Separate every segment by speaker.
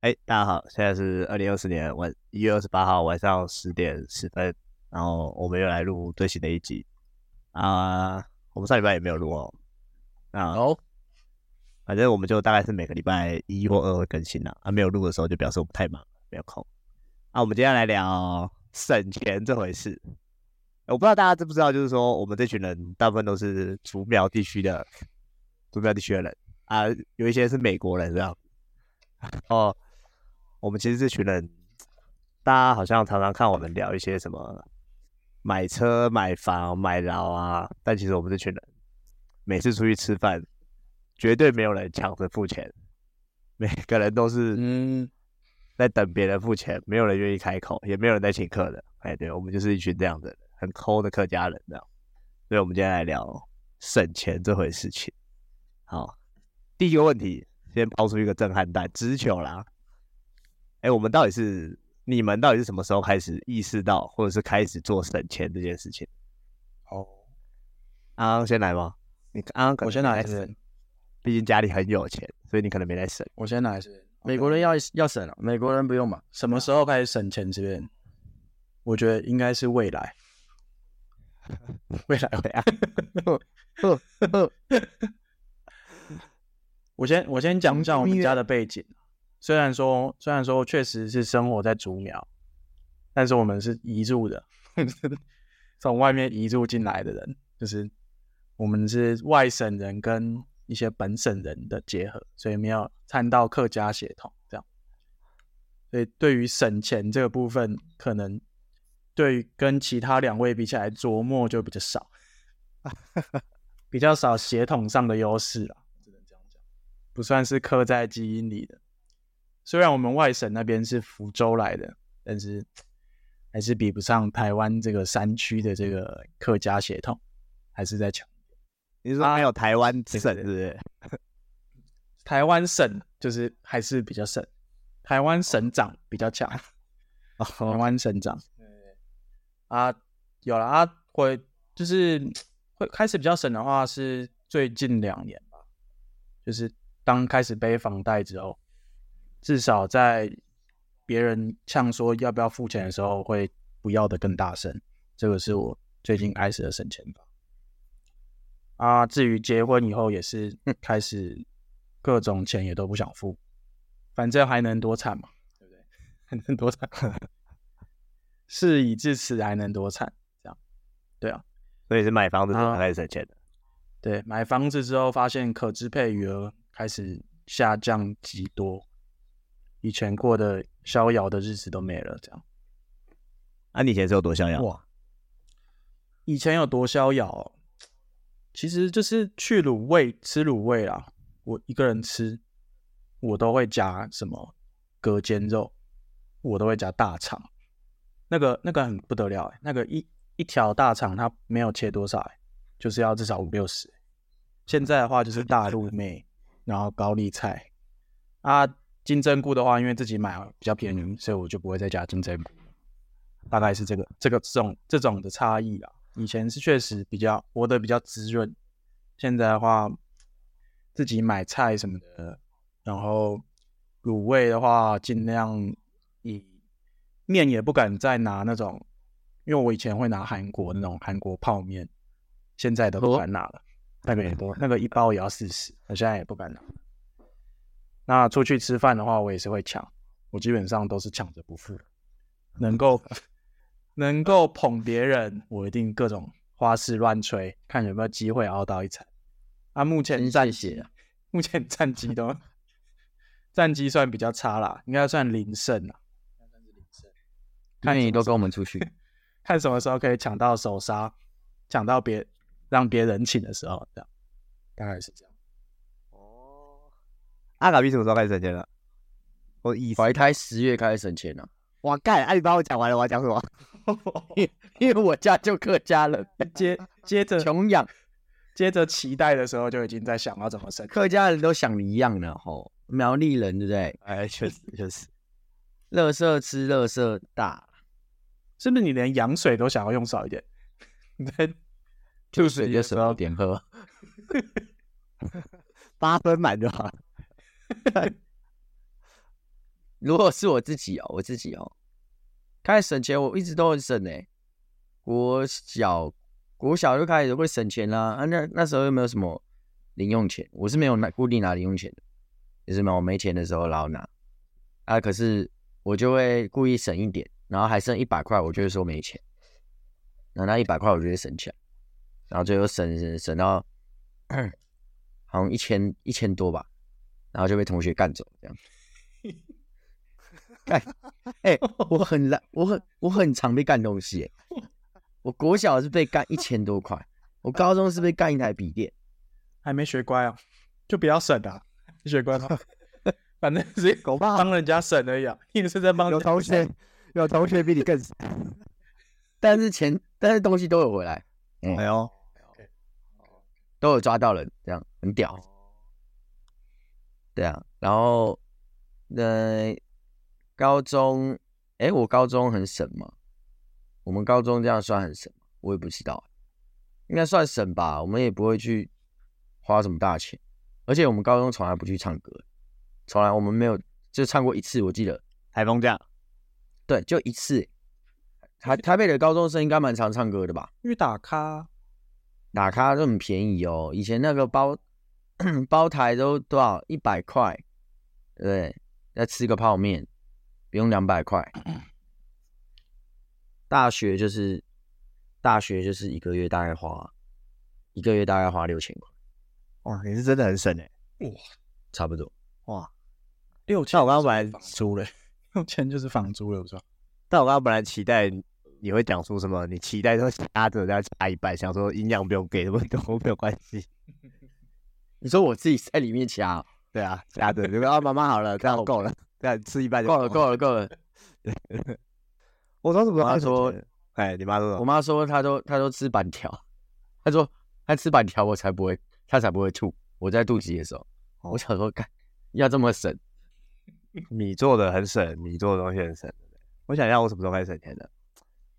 Speaker 1: 哎，大家好，现在是二零二四年晚一月二十八号晚上十点十分，然后我们又来录最新的一集啊、我们上礼拜也没有录哦，那
Speaker 2: 好，
Speaker 1: 反正我们就大概是每个礼拜一或二会更新啦、啊。没有录的时候就表示我们太忙，没有空。啊，我们接下来聊省钱这回事。我不知道大家知不知道，就是说我们这群人大部分都是竹苗地区的竹苗地区的人啊，有一些是美国人这样。哦，我们其实这群人，大家好像常常看我们聊一些什么买车、买房、买楼啊，但其实我们这群人每次出去吃饭，绝对没有人抢着付钱，每个人都是
Speaker 2: 嗯，
Speaker 1: 在等别人付钱，没有人愿意开口，也没有人在请客的。哎，对，我们就是一群这样的人，很抠的客家人这样。所以，我们今天来聊省钱这回事情。好，第一个问题，先抛出一个震撼弹，直球啦。哎，我们到底是你们到底是什么时候开始意识到，或者是开始做省钱这件事情？
Speaker 2: 好，
Speaker 1: 安安先来吗？你安安可能
Speaker 2: 我先来
Speaker 1: 没
Speaker 2: 还
Speaker 1: 在
Speaker 2: 是
Speaker 1: 省，毕竟家里很有钱，所以你可能没在省。
Speaker 2: 我先来还是美国人要要省了、美国人不用嘛？什么时候开始省钱这边？我觉得应该是未来，未来
Speaker 1: 对啊，
Speaker 2: 我先我先讲讲我们家的背景。啊虽然说虽然说确实是生活在竹苗，但是我们是移住的， 从外面移住进来的人，就是我们是外省人跟一些本省人的结合，所以没有参到客家血统这样。所以对于省钱这个部分，可能对于跟其他两位比起来，琢磨就比较少， 比较少血统上的优势了。只能这样讲，不算是刻在基因里的。虽然我们外省那边是福州来的，但是还是比不上台湾这个山区的这个客家血统，还是在强。
Speaker 1: 你是说没有台湾省，
Speaker 2: 对
Speaker 1: 是
Speaker 2: 对
Speaker 1: 不
Speaker 2: 对
Speaker 1: 是？
Speaker 2: 台湾省就是还是比较省，台湾省长比较强，台
Speaker 1: 哦
Speaker 2: 湾省长。啊，有了啊，会就是会开始比较省的话是最近两年吧，就是当开始背房贷之后，至少在别人呛说要不要付钱的时候，会不要的更大声。这个是我最近开始的省钱法。啊，至于结婚以后也是嗯开始各种钱也都不想付，反正还能多惨嘛，对不对？ 还能多惨？事已至此，还能多惨？这样，对啊，
Speaker 1: 所以是买房子
Speaker 2: 啊
Speaker 1: 才开始省钱的。
Speaker 2: 对，买房子之后发现可支配余额开始下降极多，以前过的逍遥的日子都没了，这样。
Speaker 1: 啊，你以前是有多逍遥？
Speaker 2: 哇，以前有多逍遥哦、其实就是去卤味吃卤味啦。我一个人吃，我都会加什么隔间肉，我都会加大肠。那个那个很不得了、欸，那个一一条大肠它没有切多少、欸，就是要至少五六十。现在的话就是大陆妹，然后高丽菜啊，金针菇的话，因为自己买比较便宜，所以我就不会再加金针菇。大概是这个这个这种这种的差异啦。以前是确实比较活得比较滋润，现在的话自己买菜什么的，然后卤味的话尽量以面也不敢再拿那种，因为我以前会拿韩国那种韩国泡面，现在都不敢拿了，那个也多，那个一包也要四十，我现在也不敢拿。那出去吃饭的话，我也是会抢，我基本上都是抢着不付，能够 能够捧别人，我一定各种花式乱吹，看有没有机会熬到一场。啊，目前战绩，目前战绩 都战绩算比较差啦，应该算零胜啊啦。
Speaker 3: 看你都跟我们出去，
Speaker 2: 看什么时候可以抢到手刹，抢到别让别人请的时候，这样大概是这样。
Speaker 1: 哦阿卡比什么时候开始省钱的？我以
Speaker 3: 怀胎十月开始省钱了、
Speaker 1: 哇干，阿、啊、你把我讲完了，我要讲什么？
Speaker 3: 因为我家就客家人，
Speaker 2: 接接着
Speaker 3: 穷养
Speaker 2: 接着期待的时候，就已经在想要怎么省。
Speaker 3: 客家人都想你一样的吼，苗栗人对不对？
Speaker 1: 哎，确实确实，
Speaker 3: 乐色吃乐色大，
Speaker 2: 是不是你连羊水都想要用少一点？你在
Speaker 3: 就
Speaker 2: 水
Speaker 3: 水就少要点喝。
Speaker 1: 八分满就好了。如果是我自己哦，我自己哦，开始省钱，我一直都很省哎、国小国小就开始会省钱啦，啊那那时候又没有什么零用钱，我是没有拿固定拿零用钱的，就是嘛我没钱的时候然后拿，啊可是我就会故意省一点，然后还剩一百块，我就会说没钱，然后那一百块我就会省起来，然后最后省省省到嗯好像一千一千多吧，然后就被同学干走这样。干，哎、我很懒，我很我很常被干东西耶、我国小是被干一千多块，我高中是被干一台笔电，
Speaker 2: 还没学乖啊，就不要省啊，学乖 吧，反正是
Speaker 4: 狗爸
Speaker 2: 帮人家省而已啊，也是在帮人
Speaker 4: 有
Speaker 2: 家
Speaker 4: 同学有同学比你更惨。
Speaker 1: 但是钱但是东西都有回来，
Speaker 4: 哎呦，
Speaker 1: 都有抓到人，这样很屌。
Speaker 4: 哦
Speaker 1: 对啊，然后呃，高中，哎，我高中很省吗？我们高中这样算很省吗？我也不知道，应该算省吧。我们也不会去花什么大钱，而且我们高中从来不去唱歌，从来我们没有就唱过一次，我记得，
Speaker 4: 台风假
Speaker 1: 对，就一次。台台北的高中生应该蛮常唱歌的吧？
Speaker 2: 去打卡，
Speaker 1: 打卡都很便宜哦，以前那个包 包台都多少一百块，对不对，再吃个泡面不用两百块。大学就是大学就是一个月大概花一个月大概花六千块，
Speaker 4: 哇，你是真的很省哎、
Speaker 1: 差不多。
Speaker 4: 哇！
Speaker 2: 六千
Speaker 4: 但我刚刚
Speaker 2: 就是
Speaker 4: 本来
Speaker 2: 房租嘞，六千就是房租了，我说
Speaker 4: 但我刚刚本来期待你会讲出什么，你期待都掐着，再掐一半，想说营养不用 给那么多，没有关系。
Speaker 1: 你说我自己在里面掐哦、
Speaker 4: 对啊，掐着就跟啊妈妈好了，这样够了，这样吃一半 就
Speaker 1: 够了
Speaker 4: 了。
Speaker 1: 够了够了。
Speaker 4: 我说什么？
Speaker 1: 我妈说，
Speaker 4: 哎，你妈说什
Speaker 1: 我
Speaker 4: 么？
Speaker 1: 妈说她都她都吃板条，她说她吃板条我才不会她才不会吐。我在肚脐的时候，我想说干要这么省。
Speaker 4: 你做的很省，你做的东西很省。我想一下，我什么时候开始省钱的？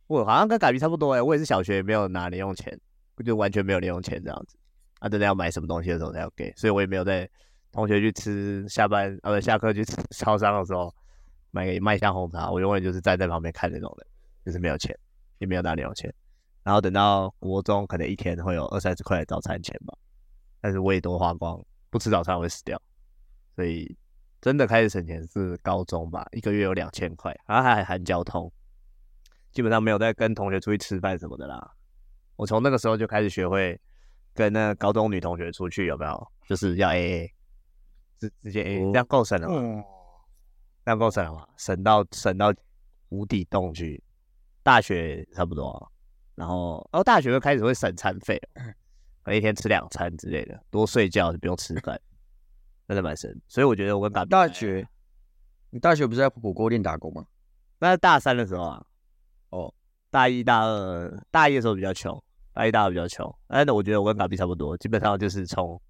Speaker 4: 我好像跟改皮差不多哎、我也是小学没有拿零用钱，就完全没有零用钱这样子。啊，真的要买什么东西的时候才要给，所以我也没有在同学去吃下班呃下课去吃超商的时候买个麦香红茶，我永远就是站在旁边看那种人，就是没有钱，也没有拿零用钱。然后等到国中，可能一天会有二三十块的早餐钱吧，但是我也都花光，不吃早餐我会死掉，所以真的开始省钱是高中吧，一个月有两千块，然后还含交通，基本上没有再跟同学出去吃饭什么的啦。我从那个时候就开始学会跟那个高中女同学出去，有没有？就是要 A A，直直接 A，、
Speaker 1: 哦
Speaker 4: 这样够省了吗？
Speaker 2: 嗯，
Speaker 4: 这样够省了吗？省到省到无底洞去。大学差不多啊，然后哦，大学就开始会省餐费了， 可能一天吃两餐之类的，多睡觉就不用吃饭，真的蛮省。所以我觉得我跟大
Speaker 1: 大学，你大学不是在火锅店打工吗？
Speaker 4: 那是大三的时候啊，
Speaker 1: 哦，
Speaker 4: 大一、大二、大一的时候比较穷，大一、大二比较穷。哎，那我觉得我跟嘎比差不多，基本上就是从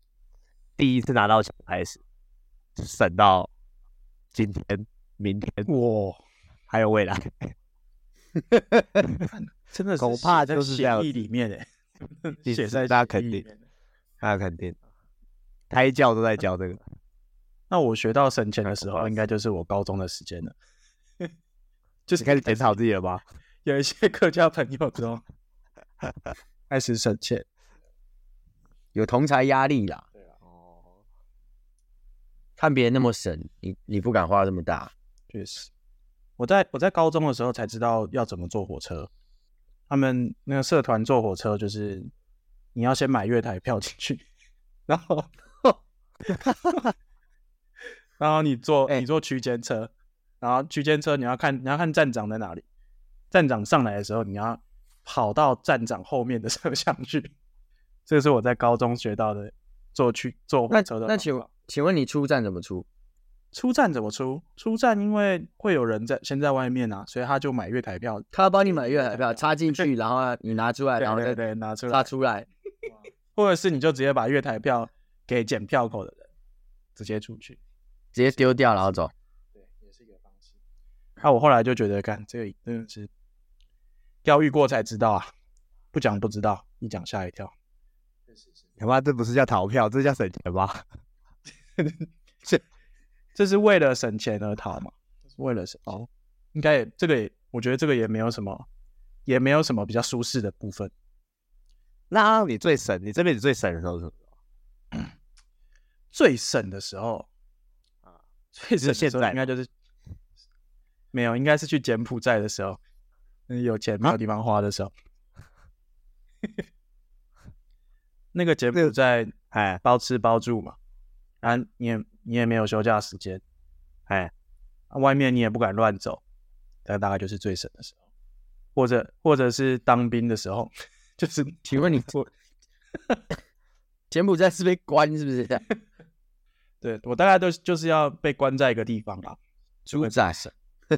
Speaker 4: 第一次拿到钱开始，省到今天、明天
Speaker 2: 哇，
Speaker 4: 还有未来。
Speaker 2: 真的是
Speaker 4: 狗怕
Speaker 2: 写在
Speaker 4: 就是这样
Speaker 2: 协议里面的，
Speaker 4: 其
Speaker 2: 写
Speaker 4: 实
Speaker 2: 在
Speaker 4: 大
Speaker 2: 协
Speaker 4: 家
Speaker 2: 议
Speaker 4: 肯
Speaker 2: 里
Speaker 4: 定
Speaker 2: 面欸
Speaker 4: 那肯定，胎教都在教这个。
Speaker 2: 那我学到省钱的时
Speaker 4: 狗
Speaker 2: 候，
Speaker 4: 怕
Speaker 2: 应该就是我高中的时 间了，就是
Speaker 4: 你开始检讨自己了吗？
Speaker 2: 有一些客家朋友 之后开始省钱，
Speaker 1: 有同才压力啦。对
Speaker 2: 啊哦
Speaker 1: 看别人那么省，你你不敢花这么大。
Speaker 2: 确实。我在我在高中的时候才知道要怎么坐火车，他们那个社团坐火车就是你要先买月台票进去，然后然后你坐
Speaker 1: 哎
Speaker 2: 你坐区间车，然后区间车你要看你要看站长在哪里，站长上来的时候你要跑到站长后面的车厢去，这是我在高中学到的坐区坐
Speaker 1: 那
Speaker 2: 火车的
Speaker 1: 那
Speaker 2: 方
Speaker 1: 请
Speaker 2: 法
Speaker 1: 请问你出站怎么出？
Speaker 2: 出站怎么出？出站因为会有人在先在外面啊，所以他就买月台票，
Speaker 1: 他帮你买月台票，插进去，然后你拿出来，
Speaker 2: 对
Speaker 1: 然后
Speaker 2: 对
Speaker 1: 再
Speaker 2: 对，拿出
Speaker 1: 插
Speaker 2: 来，
Speaker 1: 出来。
Speaker 2: 或者是你就直接把月台票给检票口的人，直接出去。
Speaker 1: 直接丢掉，然后 走。
Speaker 2: 对，也是一个方式。那、我后来就觉得，干这个真的是要遇过才知道啊，不讲不知道，一讲吓一跳。
Speaker 4: 他妈，这不是叫逃票，这叫省钱吧？
Speaker 2: 这是为了省钱而逃嘛？为了省哦，应该也这个也，我觉得这个也没有什么，也没有什么比较舒适的部分。
Speaker 4: 那啊你最省，你这辈子最省的时候是什么？
Speaker 2: 最省的时候
Speaker 4: 啊，
Speaker 2: 最省的时
Speaker 4: 现
Speaker 2: 候
Speaker 4: 在
Speaker 2: 应该就是没有，应该是去柬埔寨的时候，嗯有钱没
Speaker 4: 啊
Speaker 2: 有地方花的时 候。那个柬
Speaker 4: 那
Speaker 2: 埔
Speaker 4: 个
Speaker 2: 寨
Speaker 4: 哎
Speaker 2: 包吃包住嘛，啊，你也你也没有休假时间，
Speaker 4: 哎，
Speaker 2: 啊外面你也不敢乱走，那大概就是最省的时候，或者或者是当兵的时候， 就是
Speaker 1: 请问你
Speaker 2: 我
Speaker 1: 柬埔寨是被关是不 是？
Speaker 2: 对我大概都是就是要被关在一个地方啦，
Speaker 1: 猪仔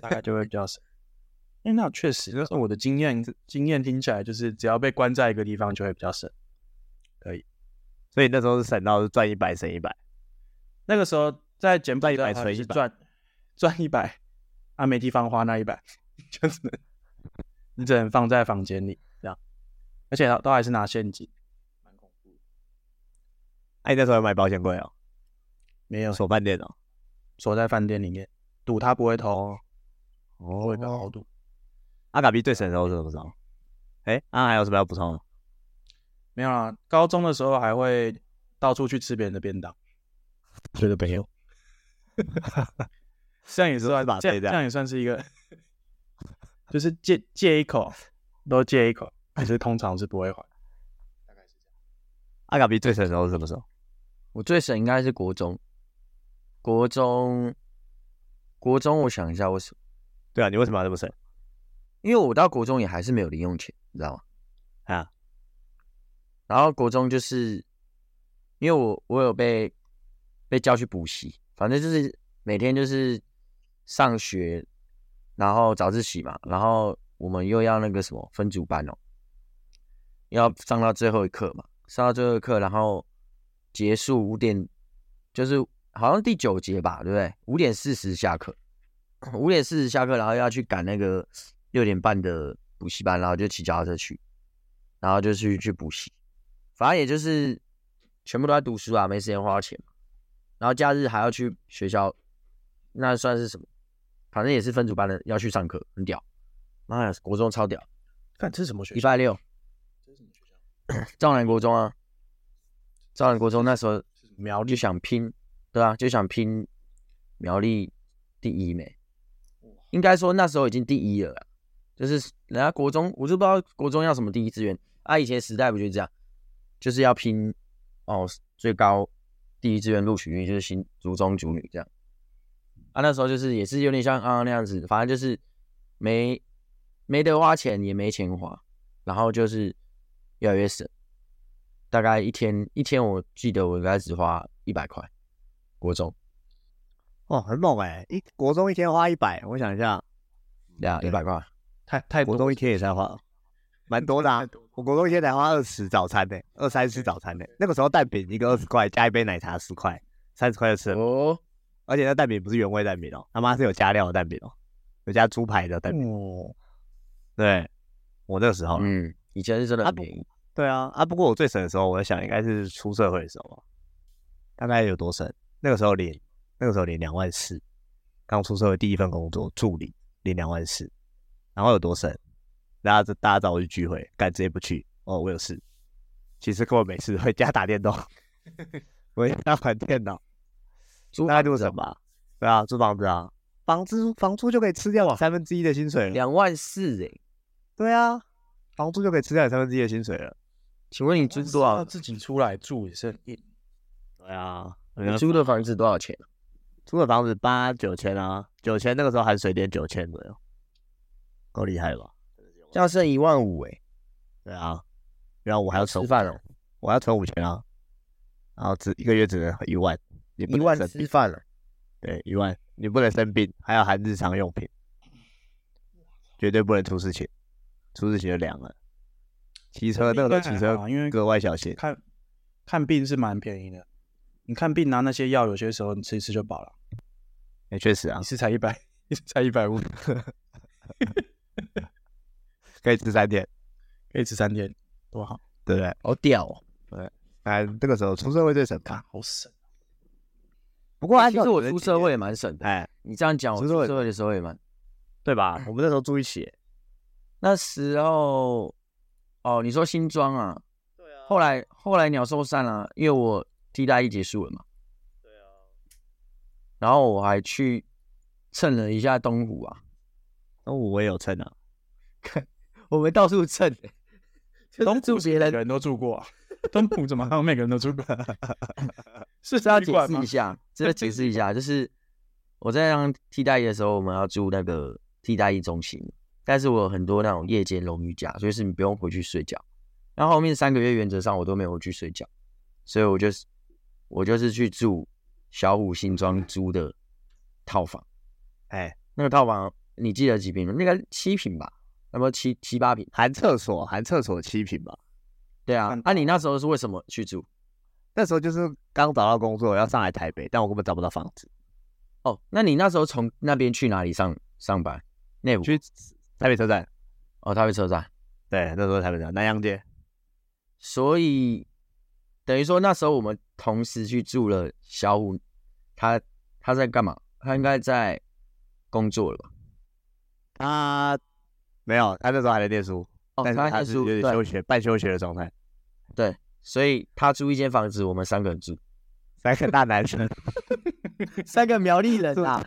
Speaker 2: 大概就会比较省。因为那确实，那是我的经验，经验听起来就是只要被关在一个地方就会比较省。
Speaker 4: 所以那时候是省到是赚一百省一百，
Speaker 2: 那个时候在柬埔
Speaker 4: 赚一百
Speaker 2: 寨好像
Speaker 4: 存
Speaker 2: 是
Speaker 4: 一百
Speaker 2: 赚赚一百，啊没地方花那一百，就只能你只能放在房间里这样，而且都还是拿现金，
Speaker 4: 哎、你那时候有买保险柜哦，
Speaker 2: 没有
Speaker 4: 锁饭店哦，
Speaker 2: 锁在饭店里面，赌他不会偷，哦不会被
Speaker 4: 哦，
Speaker 2: 豪赌。
Speaker 4: 阿卡比最省的时候是什么时候？哎、啊还有什么要补充的？
Speaker 2: 没有啦，高中的时候还会到处去吃别人的便当，
Speaker 4: 觉得没有，
Speaker 2: 这样也算
Speaker 4: 是吧
Speaker 2: 这样
Speaker 4: 对的
Speaker 2: 这样也算是一个， 就是借借一口都借一口，可是通常是不会还。
Speaker 4: 阿卡比最省的时候是什么时候？
Speaker 1: 我最省应该是国中，国中，国中，我想一下，我是
Speaker 4: 对啊，你为什么要这么省？
Speaker 1: 因为我到国中也还是没有零用钱，你知道吗？
Speaker 4: 啊，
Speaker 1: 然后国中就是因为我我有被被叫去补习，反正就是每天就是上学，然后早自习嘛，然后我们又要那个什么分组班哦，要上到最后一课嘛，上到最后一课，然后结束五点，就是好像第九节吧，对不对？五点四十下课，五点四十下课，然后要去赶那个六点半的补习班，然后就骑脚踏车去，然后就去去补习，反正也就是全部都在读书啊，没时间花钱嘛。然后假日还要去学校，那算是什么？反正也是分组班的，要去上课，很屌。妈呀，国中超屌！
Speaker 2: 看这是什么学
Speaker 1: 礼
Speaker 2: 校？
Speaker 1: 拜六，赵南国中啊，赵南国中那时候
Speaker 2: 苗栗
Speaker 1: 就想拼，对啊，就想拼苗栗第一没，应该说那时候已经第一了啦，就是人家国中，我就不知道国中要什么第一志愿啊。以前时代不就这样，就是要拼哦最高第一志愿录取率，就是新族中族女这样。啊，那时候就是也是有点像刚刚那样子，反正就是没没得花钱，也没钱花，然后就是越来越省，大概一天一天，我记得我应该只花一百块，国中
Speaker 4: 哦，很猛哎、一国中一天花一百，我想一下，
Speaker 1: 对啊，一
Speaker 4: 嗯对
Speaker 1: 百块，
Speaker 2: 太太
Speaker 4: 国
Speaker 2: 多
Speaker 4: 中一天也 才花，蛮多的、啊
Speaker 2: 太多了。
Speaker 4: 我国中一天才花二十早餐呢、二三十早餐呢、那个时候蛋饼一个二十块，加一杯奶茶十块，三十块就吃了。
Speaker 1: 哦，
Speaker 4: 而且那蛋饼不是原味蛋饼哦，他妈是有加料的蛋饼哦，有加猪排的蛋饼。
Speaker 2: 哦，
Speaker 4: 对，我那个时候，
Speaker 1: 嗯，以前是真的
Speaker 4: 啊
Speaker 1: 很
Speaker 4: 不
Speaker 1: 便宜，
Speaker 4: 对啊啊！不过我最省的时候，我在想应该是出社会的时候吧，大概有多省？那个时候领那个时候领两万四，刚出社会第一份工作助理领两万四，然后有多省？大家大家找我去聚会，干直接不去哦，我有事。其实根本没事，回家打电 动，回家玩电 脑，
Speaker 1: 租
Speaker 4: 大概
Speaker 1: 房
Speaker 4: 多
Speaker 1: 子
Speaker 4: 省
Speaker 1: 哦
Speaker 4: 吧？对啊，租房子啊，房租房租就可以吃掉啊三分之一的薪水了。
Speaker 1: 两万四哎，
Speaker 4: 对啊，房租就可以吃掉你三分之一的薪水了。
Speaker 1: 请问你租多少
Speaker 2: 要？自己出来住也是很硬。
Speaker 4: 对啊，
Speaker 1: 你租的房子多少钱？
Speaker 4: 租的房子八九千啊，九千那个时候含水电九千左右，够厉害了吧？啊
Speaker 1: 这样剩一万五哎，
Speaker 4: 对啊，然后我还要存
Speaker 1: 吃饭哦，
Speaker 4: 我还要存五千啊，然后只一个月只能一万，你不
Speaker 1: 一
Speaker 4: 能
Speaker 1: 万
Speaker 4: 生
Speaker 1: 吃
Speaker 4: 病，
Speaker 1: 饭哦了，
Speaker 4: 对，一万你不能生病，还要含日常用品，绝对不能出事情，出事情就凉了。骑车那个时候骑车
Speaker 2: 啊，因为
Speaker 4: 格外小心，
Speaker 2: 看看病是蛮便宜的，你看病拿那些药，有些时候你吃一吃就饱了，
Speaker 4: 也确实啊
Speaker 2: 一，次才一百，一次才一百五，
Speaker 4: 可以吃三天，
Speaker 2: 可以吃三天，多好！
Speaker 4: 对不对？
Speaker 1: 好屌哦，
Speaker 4: 哎，那个时候出社会最省吧。
Speaker 2: 看好省，
Speaker 4: 啊不过
Speaker 1: 欸
Speaker 4: 按
Speaker 1: 哎其
Speaker 4: 照
Speaker 1: 实我
Speaker 4: 你的
Speaker 1: 出
Speaker 4: 经
Speaker 1: 社
Speaker 4: 验
Speaker 1: 会，也蛮省的。
Speaker 4: 哎，
Speaker 1: 你这样讲，我
Speaker 4: 出
Speaker 1: 出
Speaker 4: 社会
Speaker 1: 社会的时候也蛮。
Speaker 4: 对吧？我们那时候住一起，
Speaker 1: 那时候，哦，你说新装啊？对啊。后来后来鸟兽散了、因为我替代役结束了嘛。对啊。然后我还去蹭了一下东湖啊，
Speaker 4: 那我也有蹭 啊，
Speaker 1: 我们到处蹭、
Speaker 4: 欸
Speaker 1: 就是
Speaker 2: 东
Speaker 1: 住
Speaker 2: 湖是
Speaker 1: 别
Speaker 2: 每
Speaker 1: 人
Speaker 2: 个人都住过、啊，东湖怎么好像每个人都住过？ 是
Speaker 1: 这要
Speaker 2: 旅
Speaker 1: 解
Speaker 2: 馆
Speaker 1: 释
Speaker 2: 吗
Speaker 1: 一？下，这要解释一下，就是我在当替代役的时候，我们要住那个替代役中心，但是我有很多那种夜间荣誉假，所以是你不用回去睡觉。那后面三个月原则上我都没有回去睡觉，所以我就是我就是去住小五新庄租的套房，
Speaker 4: 哎，
Speaker 1: 那个套房你记得几平吗？那个七平吧，那么七七八平。
Speaker 4: 含厕所，含厕所七平吧。
Speaker 1: 对啊
Speaker 2: 看，
Speaker 1: 那、你那时候是为什么去住？
Speaker 4: 那时候就是刚找到工作，要上来台北，但我根本找不到房子，
Speaker 1: 哦，那你那时候从那边去哪里上上班？内湖
Speaker 4: 去台北车站。
Speaker 1: 哦，台北车站。
Speaker 4: 对，那时候台北车站南阳街。
Speaker 1: 所以等于说那时候我们同时去住了小五，他他在干嘛？他应该在工作了吧？
Speaker 4: 他没有，他那时候还在念书，
Speaker 1: 哦，
Speaker 4: 但
Speaker 1: 他
Speaker 4: 是他是
Speaker 1: 住
Speaker 4: 有
Speaker 1: 对
Speaker 4: 点休学、半休学的状态。
Speaker 1: 对，所以他租一间房子，我们三个人住，
Speaker 4: 三个大男 生
Speaker 1: 三个苗栗人
Speaker 4: 住
Speaker 1: 啊，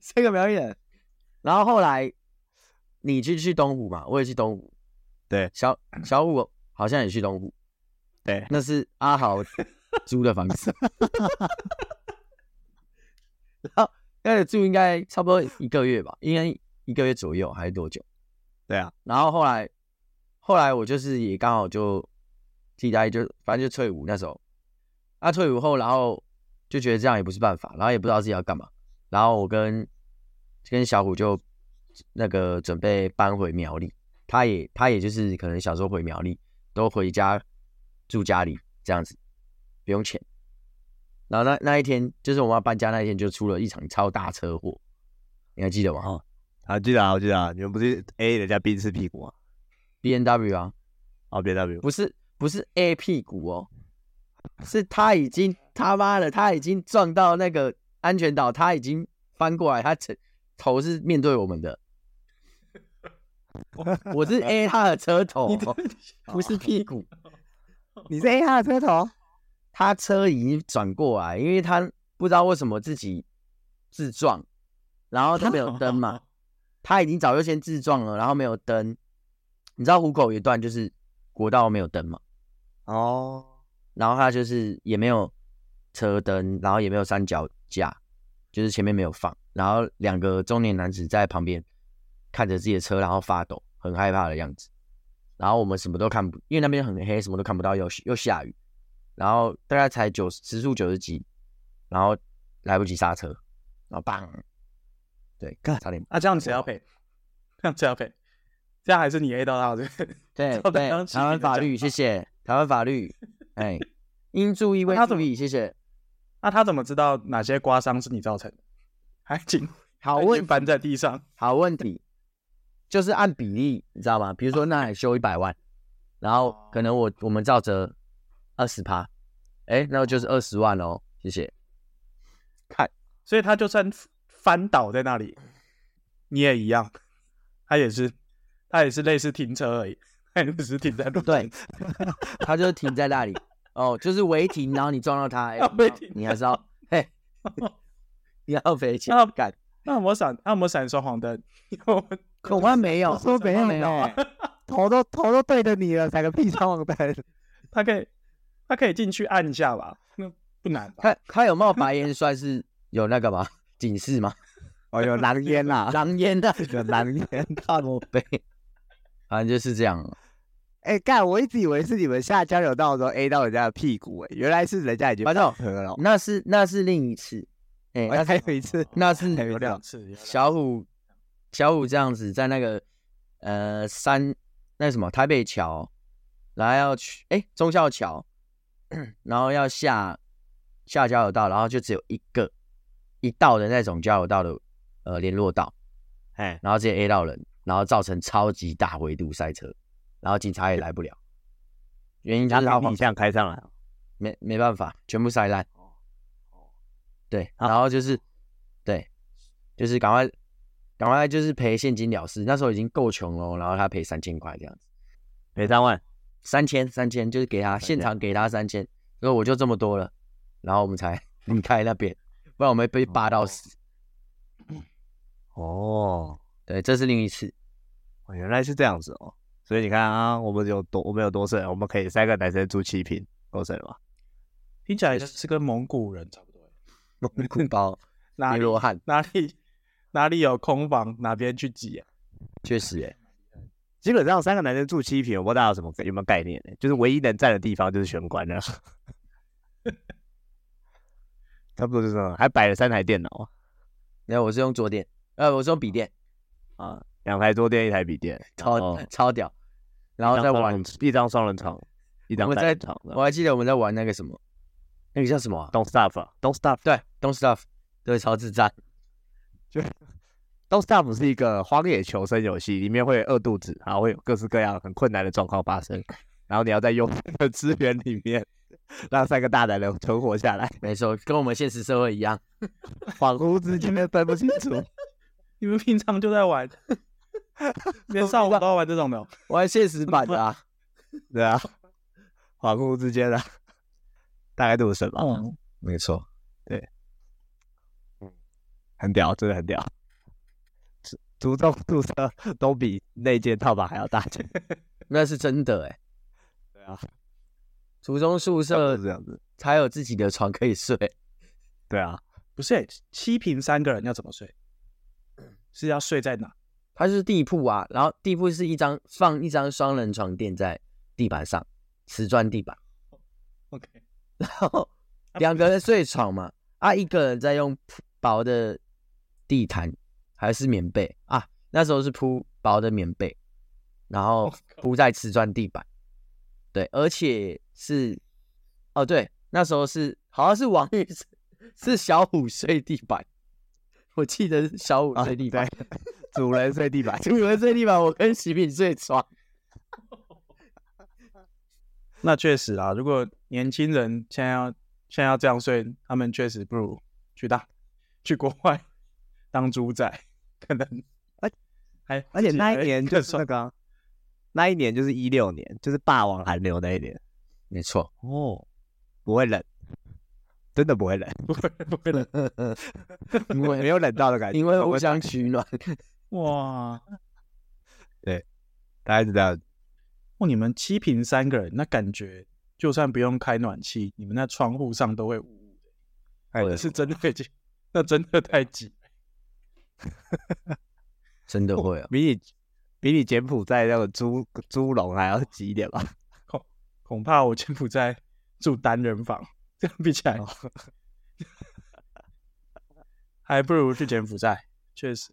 Speaker 1: 三个苗栗人。然后后来你去去东湖嘛，我也去东湖。
Speaker 4: 对
Speaker 1: 小小五好像也去东湖，
Speaker 4: 对，
Speaker 1: 那是阿豪租的房子。 然后开始住应该差不多一个月吧，应该一个月左右还是多久？
Speaker 4: 对啊。
Speaker 1: 然后后来后来我就是也刚好就替代役就反正就退伍那时候，啊退伍后然后就觉得这样也不是办法，然后也不知道自己要干嘛，然后我跟跟小虎就那个准备搬回苗栗，他也他也就是可能小时候回苗栗都回家住家里这样子，不用钱。然后那那一天就是我们要搬家那一天，就出了一场超大车祸，你还记得吗？
Speaker 4: 哦啊，记得啊，我记得啊，你们不是 A 人家 B 是屁股啊？
Speaker 1: B N W 啊，
Speaker 4: 哦，B W
Speaker 1: 不是不是 A 屁股哦，是他已经他妈的他已经撞到那个安全岛，他已经翻过来，他头头是面对我们 的。我是 A 他的车头，哦不是屁股。
Speaker 4: 你是 A 他的车头？
Speaker 1: 他车已经转过来，因为他不知道为什么自己自撞，然后他没有灯嘛，他已经早就先自撞了，然后没有灯。你知道虎口有一段就是国道没有灯嘛，
Speaker 4: 哦，
Speaker 1: 然后他就是也没有车灯，然后也没有三脚架，就是前面没有放，然后两个中年男子在旁边看着自己的车，然后发抖，很害怕的样子。然后我们什么都看不，因为那边很黑，什么都看不到，又又下雨，然后大概才九十时速九十几，然后来不及刹车，然后砰，对，
Speaker 4: 干
Speaker 1: 差点，
Speaker 2: 啊，这样谁要赔？这样谁要赔？这样还是你 A 到他对不对？
Speaker 1: 对
Speaker 2: 照
Speaker 1: 对
Speaker 2: 刚，刚
Speaker 1: 台湾法律，
Speaker 2: 起
Speaker 1: 谢谢台湾法 律，哎，应注意未
Speaker 2: 那他怎
Speaker 1: 注
Speaker 2: 么
Speaker 1: 意，谢谢。
Speaker 2: 那他怎么知道哪些刮伤是你造成的？还请
Speaker 1: 好
Speaker 2: 已经
Speaker 1: 问
Speaker 2: 翻在地上，
Speaker 1: 好问题，就是按比例，你知道吗？比如说那里修一百万，然后可能我我们照着二十趴，哎，那就是二十万哦，谢谢。
Speaker 2: 所以他就算翻倒在那里，你也一样，他也是，他也是类似停车而已，他也只是停在路
Speaker 1: 对
Speaker 2: 边。，
Speaker 1: 他就停在那里，哦，就是违停，然后你撞到他，哎
Speaker 2: 要被停，
Speaker 1: 你还是要，嘿， 你要赔 钱
Speaker 2: 那，
Speaker 1: 干，
Speaker 2: 那我们闪，那我们闪双黄灯， 我们
Speaker 1: 恐怕没有，
Speaker 4: 哦说没有
Speaker 1: 没有
Speaker 4: 欸，头都头都对着你了，踩个屁双黄灯。
Speaker 2: 他可以，他可以进去按一下吧？那不难吧？
Speaker 1: 他他有冒白烟，算是有那个吗？警示吗？
Speaker 4: 哦，有狼烟 啦，
Speaker 1: 狼烟的，
Speaker 4: 有狼烟。
Speaker 1: 大罗杯，反正就是这样。
Speaker 4: 哎、干，我一直以为是你们下交流道的时候 A 到人家的屁股、哎，原来是人家已经
Speaker 1: 白总
Speaker 4: 合了。
Speaker 1: 那是那是另一次，哎、
Speaker 4: 我
Speaker 1: 那
Speaker 4: 还
Speaker 1: 是
Speaker 4: 有一次，
Speaker 1: 那是
Speaker 4: 还有
Speaker 2: 有
Speaker 4: 一次
Speaker 2: 两次，有两次
Speaker 1: 小虎小虎这样子在那个呃山那什么台北桥，然后要去哎、忠孝桥， 然后要下下交流道，然后就只有一个一道的那种交流道的呃联络道，
Speaker 4: 哎，
Speaker 1: 然后直接 A 到人，然后造成超级大回堵塞车，然后警察也来不了，原因就是
Speaker 4: 然
Speaker 1: 他
Speaker 4: 后逆向开上来，
Speaker 1: 没没办法，全部塞烂。对，
Speaker 4: 好
Speaker 1: 然后就是对，就是赶快赶快就是赔现金了事。那时候已经够穷了，然后他赔三千块这样子，
Speaker 4: 赔三万，
Speaker 1: 三千三千就是给他
Speaker 4: 千
Speaker 1: 现场给他三千，所以我就这么多了，然后我们才 离开那边，不然我们被扒到死。
Speaker 4: 哦，
Speaker 1: 对，这是另一次。
Speaker 4: 哦原来是这样子哦，所以你看啊，我们有多我们有多省，我们可以三个男生住七平，够省了吧？
Speaker 2: 听起来是跟蒙古人差不多。
Speaker 1: 蒙古 包、
Speaker 2: 哪
Speaker 1: 尼
Speaker 2: 里
Speaker 1: 罗汉，
Speaker 2: 哪里哪里有空房，哪边去挤、啊？
Speaker 1: 确实哎，
Speaker 4: 基本上三个男生住七平，我不知道大家有什么有没有概念呢？欸就是唯一能占的地方就是玄关了， 差不多就是这样，还摆了三台电脑啊。
Speaker 1: 然后我是用桌垫，呃，我是用笔电，
Speaker 4: 啊，两台桌垫，一台笔电，哦然后
Speaker 1: 超超屌。然后
Speaker 4: 一张
Speaker 1: 再
Speaker 4: 双
Speaker 1: 玩
Speaker 4: 人，一张双人床，一张
Speaker 1: 我
Speaker 4: 单
Speaker 1: 在
Speaker 4: 人床，
Speaker 1: 我还记得我们在玩那个什么，那个叫什么啊？
Speaker 4: Don't stop，Don't stop，
Speaker 1: 对，Don't Stuff，对，超智障。
Speaker 4: Don't Starve 是一个荒野求生游戏，里面会有饿肚子，然后会有各式各样很困难的状况发生，然后你要在有限的资源里面让三个大男人存活下来，
Speaker 1: 没错，跟我们现实社会一样。
Speaker 4: 恍惚之间分不清楚。
Speaker 2: 你们平常就在玩， 连上午都要玩这种 的哦、
Speaker 1: 玩现实版的啊，
Speaker 4: 对啊，恍惚之间啊，大概都是什么？
Speaker 2: 嗯，
Speaker 1: 没错，
Speaker 4: 很屌，真的很屌。族中宿舍都比那间套房还要大间，
Speaker 1: 那是真的哎、
Speaker 4: 对啊，
Speaker 1: 初中宿
Speaker 4: 就
Speaker 1: 舍
Speaker 4: 是这样子，
Speaker 1: 才有自己的床可以睡，
Speaker 4: 对啊，
Speaker 2: 不是欸、七平三个人要怎么睡？是要睡在哪？
Speaker 1: 它就是地铺啊。然后地铺是一张放一张双人床垫在地板上，瓷砖地板，
Speaker 2: OK，
Speaker 1: 然后两个人睡床嘛，啊，一个人在用铺薄的地毯还是棉被啊，那时候是铺薄的棉被，然后铺在瓷砖地板，对，而且是，哦对，那时候是好 像是王宇是小虎睡地板，我记得是小虎
Speaker 4: 啊，
Speaker 1: 睡地
Speaker 4: 对
Speaker 1: 板，，
Speaker 4: 主人睡地板，
Speaker 1: 主人睡地板，我跟喜饼睡床，
Speaker 2: 那确实啊，如果年轻人现在要现在要这样睡，他们确实不如去大去国外当猪仔，可能
Speaker 4: 而
Speaker 2: 还
Speaker 4: 而且那
Speaker 2: 还
Speaker 4: 一年就
Speaker 2: 更
Speaker 4: 是
Speaker 2: 爽
Speaker 4: 那个啊，那一年就是一六年，就是霸王寒流那一年
Speaker 1: 没错，
Speaker 4: 哦，不会冷，真的不会冷，
Speaker 2: 不会不会
Speaker 4: 嗯
Speaker 2: 的
Speaker 1: 因
Speaker 4: 没
Speaker 1: 为
Speaker 4: 有冷到的感觉，
Speaker 1: 因为
Speaker 4: 我
Speaker 1: 互相取 暖，
Speaker 2: 哇！
Speaker 4: 大概是这样，
Speaker 2: 哦，你们七平三个人，那感觉就算不用开暖气，你们那窗户上都会雾雾
Speaker 4: 哎
Speaker 2: 的， 是真的会挤，那真的太挤。
Speaker 1: 真的会啊，
Speaker 4: 比你比你柬埔寨那个猪猪笼还要挤一点吧，
Speaker 2: 恐怕我柬埔寨住单人房， 这样比起
Speaker 1: 哦
Speaker 2: 来， 还不如去柬埔寨。确实，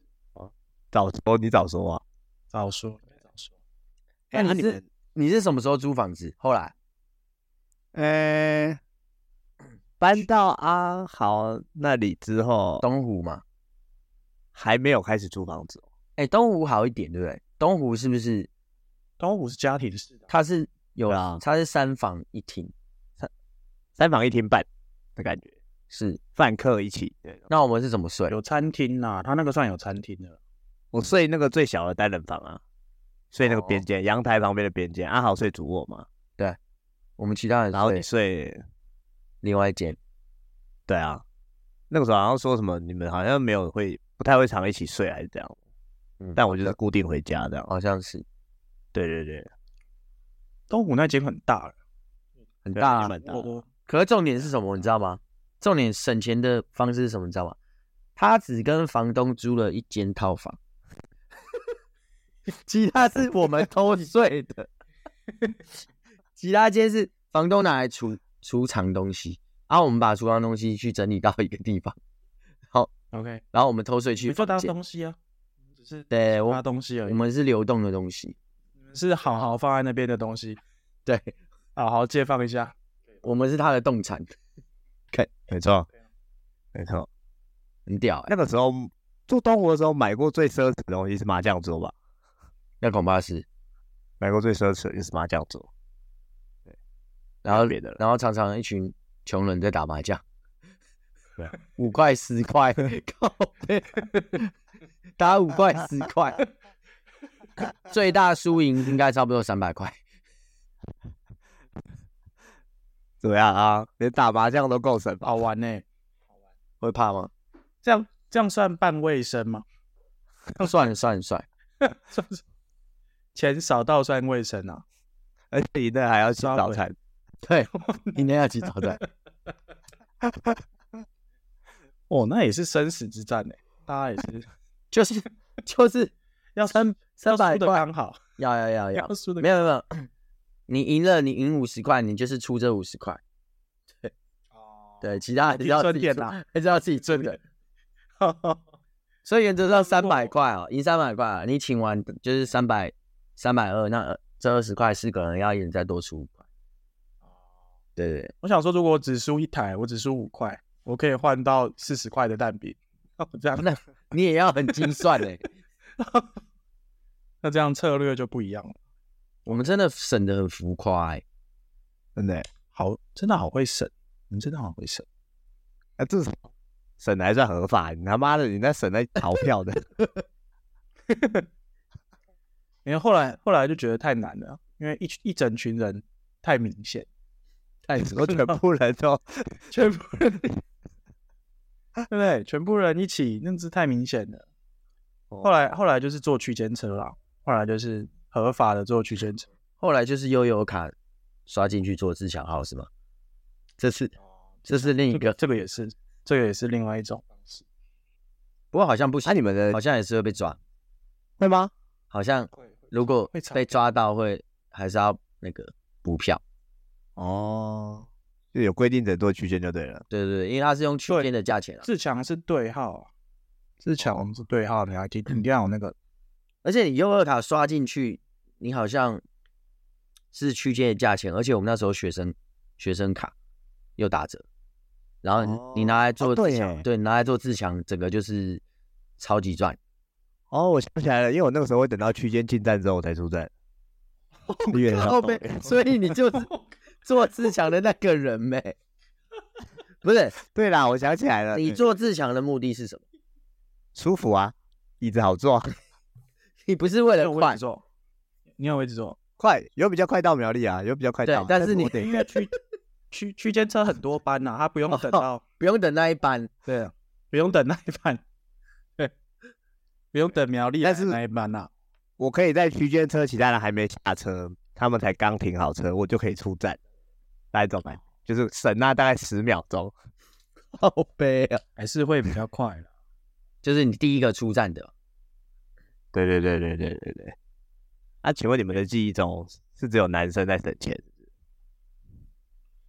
Speaker 4: 早说你早说啊，
Speaker 2: 早说早说，
Speaker 1: 那你
Speaker 4: 哎那你
Speaker 1: 是
Speaker 4: 们
Speaker 1: 你是什么时候租房子？后来。
Speaker 4: 呃，搬到阿豪那里之后，
Speaker 1: 东湖嘛，
Speaker 4: 还没有开始租房子哦，
Speaker 1: 哎、东湖好一点，对不对？东湖是不是
Speaker 2: 东湖是家庭式的，
Speaker 1: 它是有
Speaker 4: 对啊
Speaker 1: 它是三房一厅，
Speaker 4: 三房一厅半的感觉，
Speaker 1: 是？
Speaker 4: 饭客一起，对。
Speaker 1: 那我们是怎么睡？
Speaker 2: 有餐厅呐、他那个算有餐厅的了。
Speaker 4: 我哦睡那个最小的单人房啊，睡那个边
Speaker 1: 哦
Speaker 4: 间，阳台旁边的边间。阿豪睡主卧嘛，
Speaker 1: 我们其他人
Speaker 4: 然后你
Speaker 1: 睡
Speaker 4: 睡，
Speaker 1: 另外一间，
Speaker 4: 对啊，那个时候好像说什么你们好像没有会不太会常一起睡还是这样，
Speaker 1: 嗯
Speaker 4: 但我就是固定回家这样。
Speaker 1: 好像是
Speaker 4: 对对对，
Speaker 2: 东湖那间很大了，
Speaker 1: 很
Speaker 4: 对
Speaker 1: 大、
Speaker 4: 也
Speaker 1: 啊。
Speaker 4: 蛮大
Speaker 2: 我
Speaker 4: 的
Speaker 2: 我
Speaker 1: 可是重点是什么？你知道吗？重点省钱的方式是什么？你知道吗？他只跟房东租了一间套房，其他是我们偷睡的，其他间是房东拿来储储藏东西，然、后我们把储藏东西去整理到一个地方，
Speaker 2: OK，
Speaker 1: 然后我们偷睡去
Speaker 2: 你做
Speaker 1: 房
Speaker 2: 他
Speaker 1: 间。
Speaker 2: 东西啊，只是
Speaker 1: 对
Speaker 2: 他
Speaker 1: 我，
Speaker 2: 东西而
Speaker 1: 我
Speaker 2: 已，
Speaker 1: 们是流动的东西，
Speaker 2: 你们是好好放在那边的东西，
Speaker 1: 对
Speaker 2: 好好借放一下。
Speaker 1: 我们是他的动产，
Speaker 4: 没错，没错。
Speaker 1: 很屌哎、
Speaker 4: 那个时候住东湖的时候，买过最奢侈的东西是麻将桌吧？
Speaker 1: 那恐怕是。
Speaker 4: 买过最奢侈的就是麻将桌，
Speaker 1: 然后
Speaker 4: 别的了
Speaker 1: 然后常常一群穷人在打麻将，五块十 块，靠背，打五块十 块，最大输赢应该差不多三百 块。
Speaker 4: 怎么样啊？连打麻将都够 神吧？
Speaker 2: 好玩呢、
Speaker 1: 会怕吗？
Speaker 2: 这样这样算半卫生吗？
Speaker 1: 算了算了算了，
Speaker 2: 算是钱少到算卫生啊？
Speaker 4: 而且你那还要吃
Speaker 2: 刷
Speaker 4: 早
Speaker 2: 尾
Speaker 4: 餐，
Speaker 1: 对，明天要去找的。
Speaker 2: 哦，那也是生死之战呢、欸大家也是
Speaker 1: 就是就是
Speaker 2: 要
Speaker 1: 三三百
Speaker 2: 的
Speaker 1: 块
Speaker 2: 刚好，
Speaker 1: 要要要要
Speaker 2: 要，输的
Speaker 1: 没有没有，没有你赢了你赢五十块，你就是出这五十块，对，其他还是
Speaker 2: 挺
Speaker 1: 要自
Speaker 2: 顺
Speaker 1: 己
Speaker 2: 点
Speaker 1: 出，
Speaker 2: 啦
Speaker 1: 还是要自己出的。
Speaker 2: 刚，
Speaker 1: 所以原则上三百块哦，赢三百块啊，你请完就是三百三百二，那呃这二十块是可能要一人再多出五块。对对，对
Speaker 2: 我想说，如果我只输一台，我只输五块，我可以换到四十块的蛋饼。那我这样，
Speaker 1: 那你也要很精算欸嘞。
Speaker 2: 那这样策略就不一样了。
Speaker 1: 我们真的省得很浮夸哎、
Speaker 4: 真的欸。
Speaker 2: 好，真的好会省，你们真的好会省。
Speaker 4: 那至少省的还算合法，你他妈的你那省那逃 票的，
Speaker 2: 因为后来后来就觉得太难了，因为一群一整群人太明显，
Speaker 4: 太说全部人都
Speaker 2: 全部人 对不对？全部人一起，那是太明显了。后来后来就是坐区间车啦，后来就是合法的坐区间车。
Speaker 1: 后来就是悠游卡刷进去做自强号是吗？这是这是另一
Speaker 2: 这个
Speaker 1: 个，
Speaker 2: 这个也是，这个也是另外一种方式。
Speaker 1: 不过好像不
Speaker 4: 那、
Speaker 1: 行，
Speaker 4: 你们的
Speaker 1: 好像也是会被抓，
Speaker 4: 会吗？
Speaker 1: 好像如果
Speaker 2: 会查
Speaker 1: 被抓到会还是要那个补票。
Speaker 4: 哦，就有规定只能做区间就对了。
Speaker 1: 对对对，因为它是用区间的价钱啊。
Speaker 2: 自强是对号啊，嗯自强是对号，你还听，你一定要有那个
Speaker 1: 而且你用二卡刷进去，你好像是区间的价钱，而且我们那时候学生学生卡又打折，然后
Speaker 4: 哦
Speaker 1: 你拿来做
Speaker 4: 哦对
Speaker 1: 自强，
Speaker 4: 耶
Speaker 1: 对，拿来做自强，整个就是超级 赚。
Speaker 4: 哦，我想起来了，因为我那个时候会等到区间进站之后我才出站。越来越
Speaker 1: 哦靠背， 所以你就是做自强的那个人呗。不是，
Speaker 4: 对啦，我想起来了，
Speaker 1: 你做自强的目的是什么？
Speaker 4: 舒服啊，椅子好坐，
Speaker 1: 你不是为
Speaker 2: 你
Speaker 1: 了
Speaker 2: 有位
Speaker 1: 快
Speaker 2: 置，坐，你有位置坐，
Speaker 4: 快有比较快到苗栗啊，有比较快
Speaker 1: 对
Speaker 4: 到，，
Speaker 1: 但是你
Speaker 4: 我得
Speaker 2: 因为区区区间车很多班呐、它不用等到，
Speaker 1: 不用等那一班，
Speaker 2: 对啊，不用等那一班， 对，不用等苗栗来
Speaker 4: 但是
Speaker 2: 那一班呐、啊
Speaker 4: 我可以在区间车，其他人还没下车，他们才刚停好车，我就可以出站。大家懂吗？就是省那大概十秒钟。
Speaker 1: 靠背啊，
Speaker 2: 还是会比较快 了。
Speaker 1: 就是你第一个出站的。
Speaker 4: 对对对对对对对。啊，请问你们的记忆中是只有男生在省钱，是不是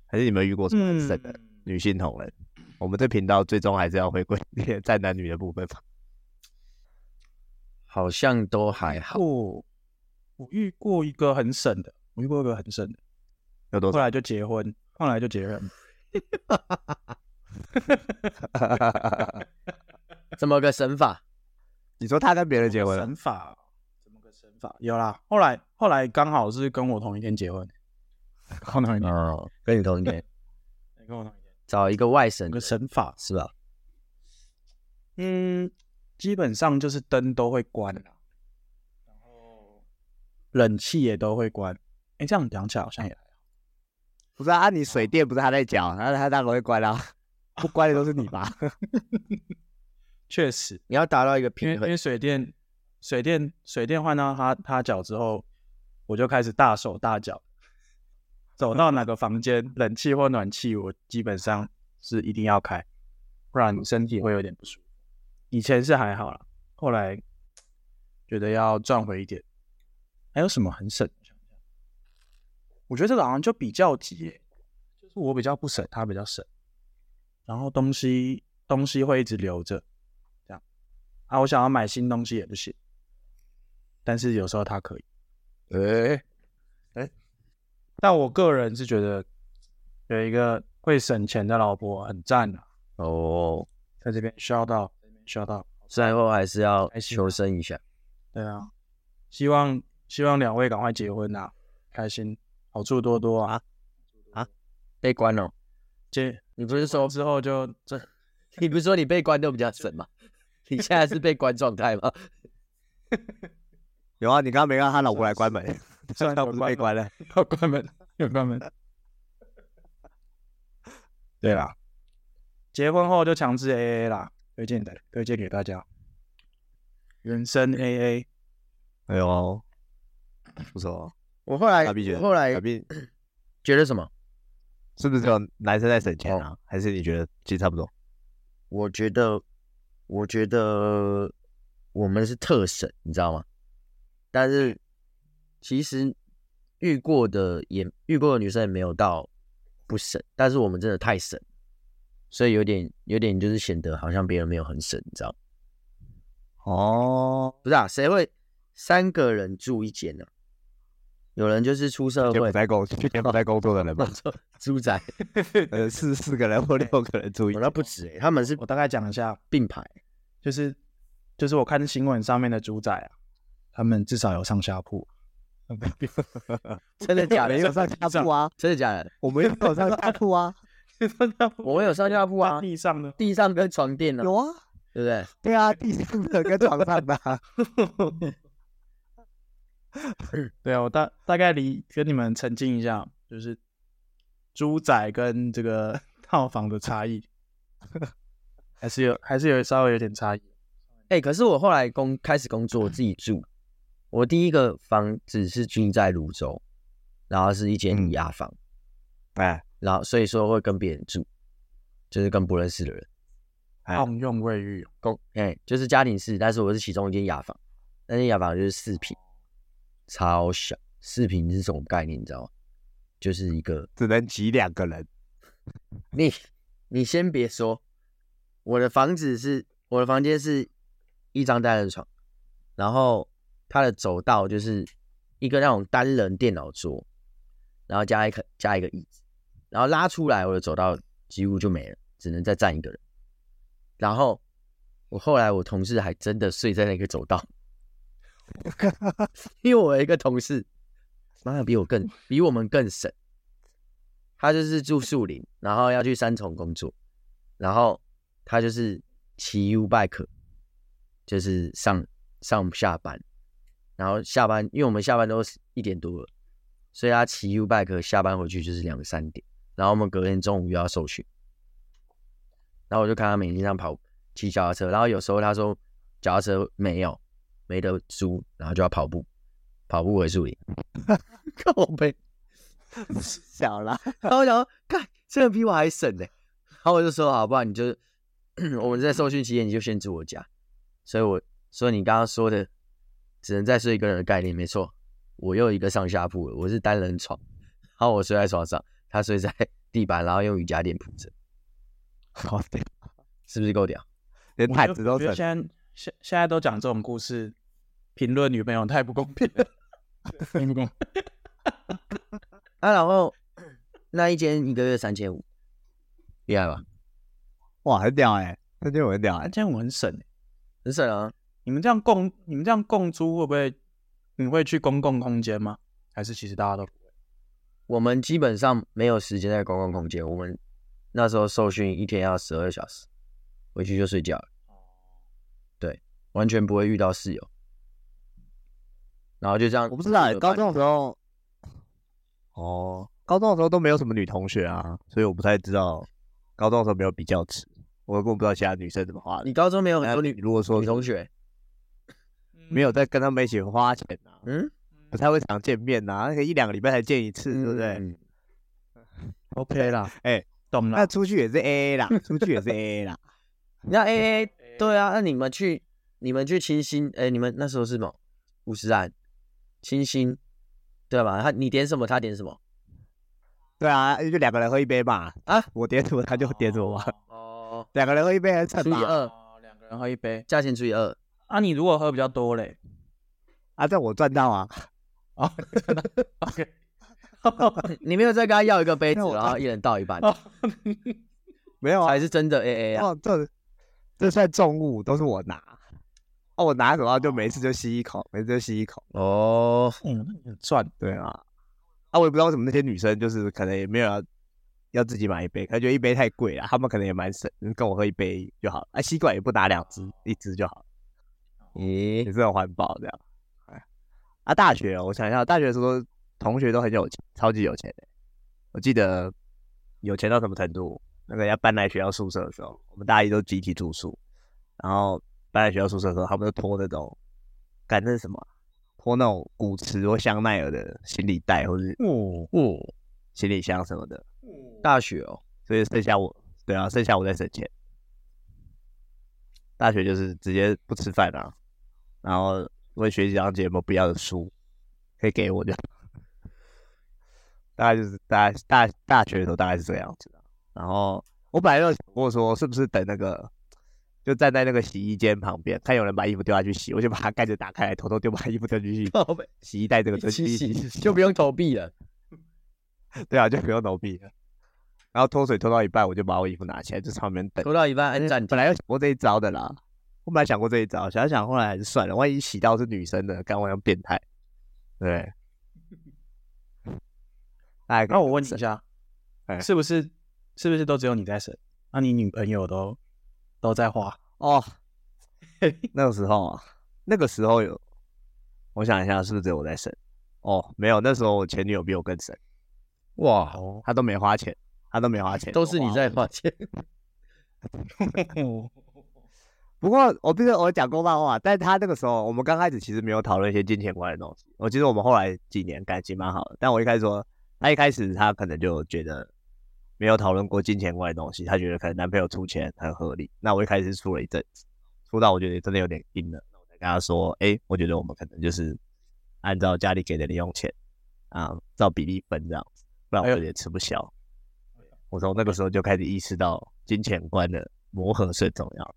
Speaker 4: 还是你们遇过什么很
Speaker 1: 嗯
Speaker 4: 省
Speaker 2: 嗯
Speaker 4: 的女性同仁？我们这频道最终还是要回归在男女的部分吧。
Speaker 1: 好像都还 好，
Speaker 2: 我我遇过一个很省的，我遇过一个很省的，
Speaker 4: 有多
Speaker 2: 后
Speaker 4: 少？
Speaker 2: 来就结婚，后来就结婚，
Speaker 1: 怎么个神法？
Speaker 4: 你说他跟别人结婚了？
Speaker 2: 神法哦怎么个神法？有啦，后来后来刚好是跟我同一天结婚，跟我 同一天，
Speaker 1: 哦，跟你同一年，
Speaker 2: 跟我同一天，
Speaker 1: 找一个外省
Speaker 2: 有个
Speaker 1: 人
Speaker 2: 神法，
Speaker 1: 是吧？
Speaker 2: 嗯，基本上就是灯都会关啦，然后
Speaker 1: 哦
Speaker 2: 冷气也都会关。哎、这样讲起来好像也还好
Speaker 4: 不是啊，啊你水电不是他在缴，那他当然会关啦、不关的都是你吧？
Speaker 2: 确实，
Speaker 1: 你要达到一个
Speaker 2: 因为
Speaker 1: 平
Speaker 2: 因
Speaker 1: 衡，
Speaker 2: 为水电水电水电换到他他脚之后，我就开始大手大脚，走到哪个房间，冷气或暖气，我基本上是一定要开，
Speaker 1: 嗯
Speaker 2: 不然身体会有点不舒服。以前是还好啦，后来觉得要赚回一点。还有什么很省？我想一下我觉得这个好像就比较急耶、就是我比较不省，他比较省，然后东西东西会一直留着，这样啊，我想要买新东西也不行，但是有时候他可以。
Speaker 1: 哎，
Speaker 2: 但我个人是觉得有一个会省钱的老婆很赞的、
Speaker 1: 哦，
Speaker 2: 在这边笑到，在这边笑到，
Speaker 1: 最后还是要
Speaker 2: 开心啊
Speaker 1: 求生一下。
Speaker 2: 对啊，希望希望两位赶快结婚啊，开心，好处多多啊，
Speaker 1: 被关了，
Speaker 2: 结
Speaker 1: 你不是
Speaker 2: 走
Speaker 1: 说
Speaker 2: 之后就这
Speaker 1: 你不是说你被关都比较省吗？你现在是被关状态吗？
Speaker 4: 有啊，你刚刚没让他老婆来关门，
Speaker 2: 算
Speaker 4: 所
Speaker 2: 是
Speaker 4: 以他不是被关了。
Speaker 2: 要关门，要关门。对啦，结婚后就强制 AA 啦，推荐的，推荐给大家。原生 AA，
Speaker 4: 哎呦，不
Speaker 1: 哦
Speaker 4: 错，
Speaker 1: 我后来
Speaker 4: 大 B 觉得，
Speaker 1: 我哎后来
Speaker 4: 大 B
Speaker 1: 觉得什么？
Speaker 4: 是不是只有男生在省钱
Speaker 1: 哦
Speaker 4: 啊？还是你觉得其实差不多？
Speaker 1: 我觉得，我觉得我们是特省，你知道吗？但是其实遇过的也遇过的女生也没有到不省，但是我们真的太省，所以有点有点就是显得好像别人没有很省，你知道吗？
Speaker 4: 哦，
Speaker 1: 不是啊，谁会三个人住一间呢、有人就是出社
Speaker 4: 柬
Speaker 1: 会
Speaker 4: 埔寨工，去柬埔寨工作的 人吧，
Speaker 1: 住宅，
Speaker 4: 呃，四四个人或六个人住一
Speaker 1: 我
Speaker 4: 间
Speaker 1: 那不止、欸，他们是
Speaker 2: 我大概讲一下，
Speaker 1: 并排，欸
Speaker 2: 就是就是我看新闻上面的猪仔啊，他们至少有上下 铺，
Speaker 1: 真的假的？
Speaker 4: 没有上下铺啊，
Speaker 1: 真的假的？
Speaker 4: 我们也有上下铺啊，
Speaker 2: 上下 铺
Speaker 1: 我们有上下铺啊，
Speaker 2: 地上的，
Speaker 1: 地上跟床垫呢、
Speaker 4: 有啊，
Speaker 1: 对不对？
Speaker 4: 对啊，地上的跟床上的啊，
Speaker 2: 对啊，我大大概理跟你们澄清一下，就是猪仔跟这个 套房的差异，还是有还是有稍微有点差异。
Speaker 1: 哎、可是我后来工开始工作自己住，我第一个房子是住在泸州，然后是一间
Speaker 4: 嗯
Speaker 1: 一押房，
Speaker 4: 哎
Speaker 1: 然后所以说会跟别人住，就是跟不认识的人
Speaker 4: 哎
Speaker 2: 共用卫浴，
Speaker 1: 公哎、就是家庭式，但是我是其中一间雅房，那间雅房就是四平，超小，四平是什么概念？你知道吗？就是一个
Speaker 4: 只能挤两个人，
Speaker 1: 你你先别说，我的房子是我的房间是一张单人床，然后它的走道就是一个那种单人电脑桌，然后加一个加一个椅子，然后拉出来我的走道几乎就没了，只能再站一个人。然后我后来我同事还真的睡在那个走道，因为我有一个同事，妈的比我更比我们更省。他就是住树林，然后要去三重工作，然后他就是骑 U bike，就是上上下班，然后下班，因为我们下班都是一点多了，所以他骑 U bike 下班回去就是两三点，然后我们隔天中午又要受训，然后我就看他每天这样跑骑脚踏车，然后有时候他说脚踏车没有没得租，然后就要跑步，跑步回树林， 靠背。
Speaker 4: 小 啦，
Speaker 1: 然后我想说，看这个比我还省呢。然后我就说，好，不然你就我们在受训期间你就先住我家。所以我，所以你刚刚说的只能再睡一个人的概念，没错。我又一个上下铺了，我是单人床，然后我睡在床上，他睡在地板，然后用瑜伽垫铺着，
Speaker 4: 好哦对，
Speaker 1: 是不是够屌？
Speaker 4: 连
Speaker 2: 我
Speaker 4: 毯
Speaker 2: 觉
Speaker 4: 子
Speaker 2: 得
Speaker 4: 都
Speaker 2: 我觉
Speaker 4: 省
Speaker 2: 得，现在现现在都讲这种故事，评论女朋友太不公平了，太不公平。
Speaker 1: 啊，然后 那一间一个月三千五，厉害吧？
Speaker 4: 哇，很屌哎，那天我很屌
Speaker 2: 啊，
Speaker 4: 哎，
Speaker 2: 这样我很省欸，
Speaker 1: 很省啊！
Speaker 2: 你们这样共你们这样共租会不会？你会去公共空间吗？还是其实大家都
Speaker 1: 我们基本上没有时间在公共空间，我们那时候受训一天要十二小时，回去就睡觉了。对，完全不会遇到室友，然后就这样。
Speaker 4: 我不知道
Speaker 1: 一
Speaker 4: 哎，
Speaker 1: 个
Speaker 4: 高
Speaker 1: 半
Speaker 4: 中的时候，哦，高中的时候都没有什么女同学啊，所以我不太知道，高中的时候没有比较尺，我根本不知道其他女生怎么花的
Speaker 1: 你。高中没有很
Speaker 4: 那
Speaker 1: 多
Speaker 4: 你
Speaker 1: 女
Speaker 4: 如果说
Speaker 1: 女同学？
Speaker 2: 嗯
Speaker 4: 没有在跟他们一起花钱啊，
Speaker 1: 嗯，
Speaker 4: 不太会常见面呐、啊，那个一两个礼拜才见一次，对不对？
Speaker 1: 嗯
Speaker 2: OK 啦？
Speaker 4: 哎
Speaker 2: 懂
Speaker 4: 那
Speaker 2: 了。
Speaker 4: 出去也是 A A 啦，出去也是 A A 啦。
Speaker 1: 那 A A 对啊，那你们去你们去清新，哎、你们那时候是什么？五十岚清新，对吧？他你点什么，他点什么？
Speaker 4: 对啊，就两个人喝一杯嘛。
Speaker 1: 啊，
Speaker 4: 我点什么他就点什么嘛，
Speaker 1: 哦，
Speaker 4: 两个人喝一杯很惨
Speaker 1: 除以
Speaker 4: 吧？
Speaker 1: 二，
Speaker 2: 哦，两个人喝一杯
Speaker 1: 价钱除以二，
Speaker 2: 啊。你如果喝比较多 嘞，
Speaker 4: 啊，这我赚到啊！
Speaker 2: 哦，OK，
Speaker 1: 你没有再跟他要一个杯子，
Speaker 4: 那我
Speaker 1: 然后一人倒一半，
Speaker 2: 哦
Speaker 4: 没有啊
Speaker 1: 才，是真的 A A 啊。
Speaker 4: 哦，这这算重物，都是我拿。哦，我拿什么就每次就吸一口，每次就吸一口。
Speaker 1: 哦，
Speaker 2: 嗯，那你很赚。
Speaker 4: 对啊，啊，我也不知道为什么那些女生就是可能也没有要，要自己买一杯，他觉得一杯太贵了，他们可能也蛮省，跟我喝一杯就好了。啊，吸管也不打两支，一支就好了，
Speaker 1: 咦、
Speaker 4: 也是很环保这样。哎啊，大学哦我想一下，大学的时候同学都很有钱，超级有钱的。我记得有钱到什么程度？那个要搬来学校宿舍的时候，我们大一都集体住宿，然后搬来学校宿舍的时候，他们就拖那种，干那是什么啊？拖那种古驰或香奈儿的行李袋或是
Speaker 2: 哦哦，
Speaker 4: 行李箱什么的，
Speaker 1: 大学 哦，
Speaker 4: 所以剩下我，对啊，剩下我在省钱。大学就是直接不吃饭啊，然后问学姐长姐有没有不要的书，可以给我就好。大概就是大大大学的时候大概是这样子的。啊然后我本来就想过说，是不是等那个就站在那个洗衣间旁边，看有人把衣服丢下去洗，我就把它盖子打开来，偷偷就把衣服丢进去
Speaker 1: 宝贝，
Speaker 4: 洗衣袋这个东
Speaker 1: 一起
Speaker 4: 西洗。
Speaker 1: 洗就不用投币了。
Speaker 4: 对啊，就不用投币了。然后脱水脱到一半，我就把我衣服拿起来，就在旁边等。
Speaker 1: 投到一半按暂停，
Speaker 4: 本来有想过这一招的啦，我本来想过这一招，想一想后来还是算了，万一洗到是女生的，干我像变态。对，大概
Speaker 2: 那我问你一下
Speaker 4: 哎，
Speaker 2: 是不是是不是都只有你在省？那你女朋友都都在 花？
Speaker 4: 哦，那个时候啊，那个时候有，我想一下是不是只有我在省？哦，没有，那时候我前女友比我更省，
Speaker 1: 哇，
Speaker 2: 哦，
Speaker 4: 她都没花钱，她都没花钱，
Speaker 1: 都是你在花钱。
Speaker 4: 不过我记得我讲过漫画，但他那个时候我们刚开始其实没有讨论一些金钱观的东西。我记得我们后来几年感情蛮好的，但我一开始说他一开始他可能就觉得没有讨论过金钱观的东西，他觉得可能男朋友出钱很合理。那我一开始是出了一阵子，出到我觉得真的有点硬了，那我才跟他说，哎、我觉得我们可能就是按照家里给的零用钱啊，照比例分这样子，不然我
Speaker 2: 哎呦哎
Speaker 4: 有点吃不消。我从那个时候就开始意识到金钱观的磨合是很重要的。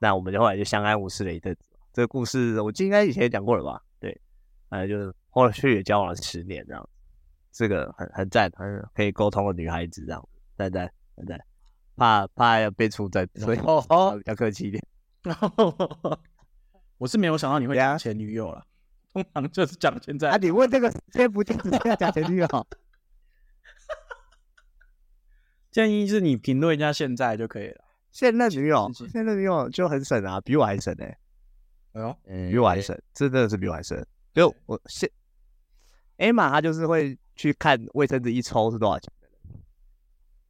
Speaker 4: 那我们就后来就相安无事了一阵子。这个故事我记得应该以前也讲过了吧？对，反正就是后续也交往了十年这样子。这个很很赞，很可以沟通的女孩子这样子，赞赞赞赞。怕怕要被出征， 所以 比较客气一点。
Speaker 2: 我是没有想到你会
Speaker 4: 对啊
Speaker 2: 讲前女友了，通常就是讲现在
Speaker 4: 啊，你问这个这不就是要讲前女友？
Speaker 2: 建议是你评论一下现在就可以了。
Speaker 4: 现任女友
Speaker 2: 是，是
Speaker 4: 现任女友就很省啊，比我还省哎、
Speaker 2: 哎呦，
Speaker 1: 嗯
Speaker 4: 比我还省，真的是比我还省。就我现 A 玛，她就是会去看卫生纸一抽是多少钱，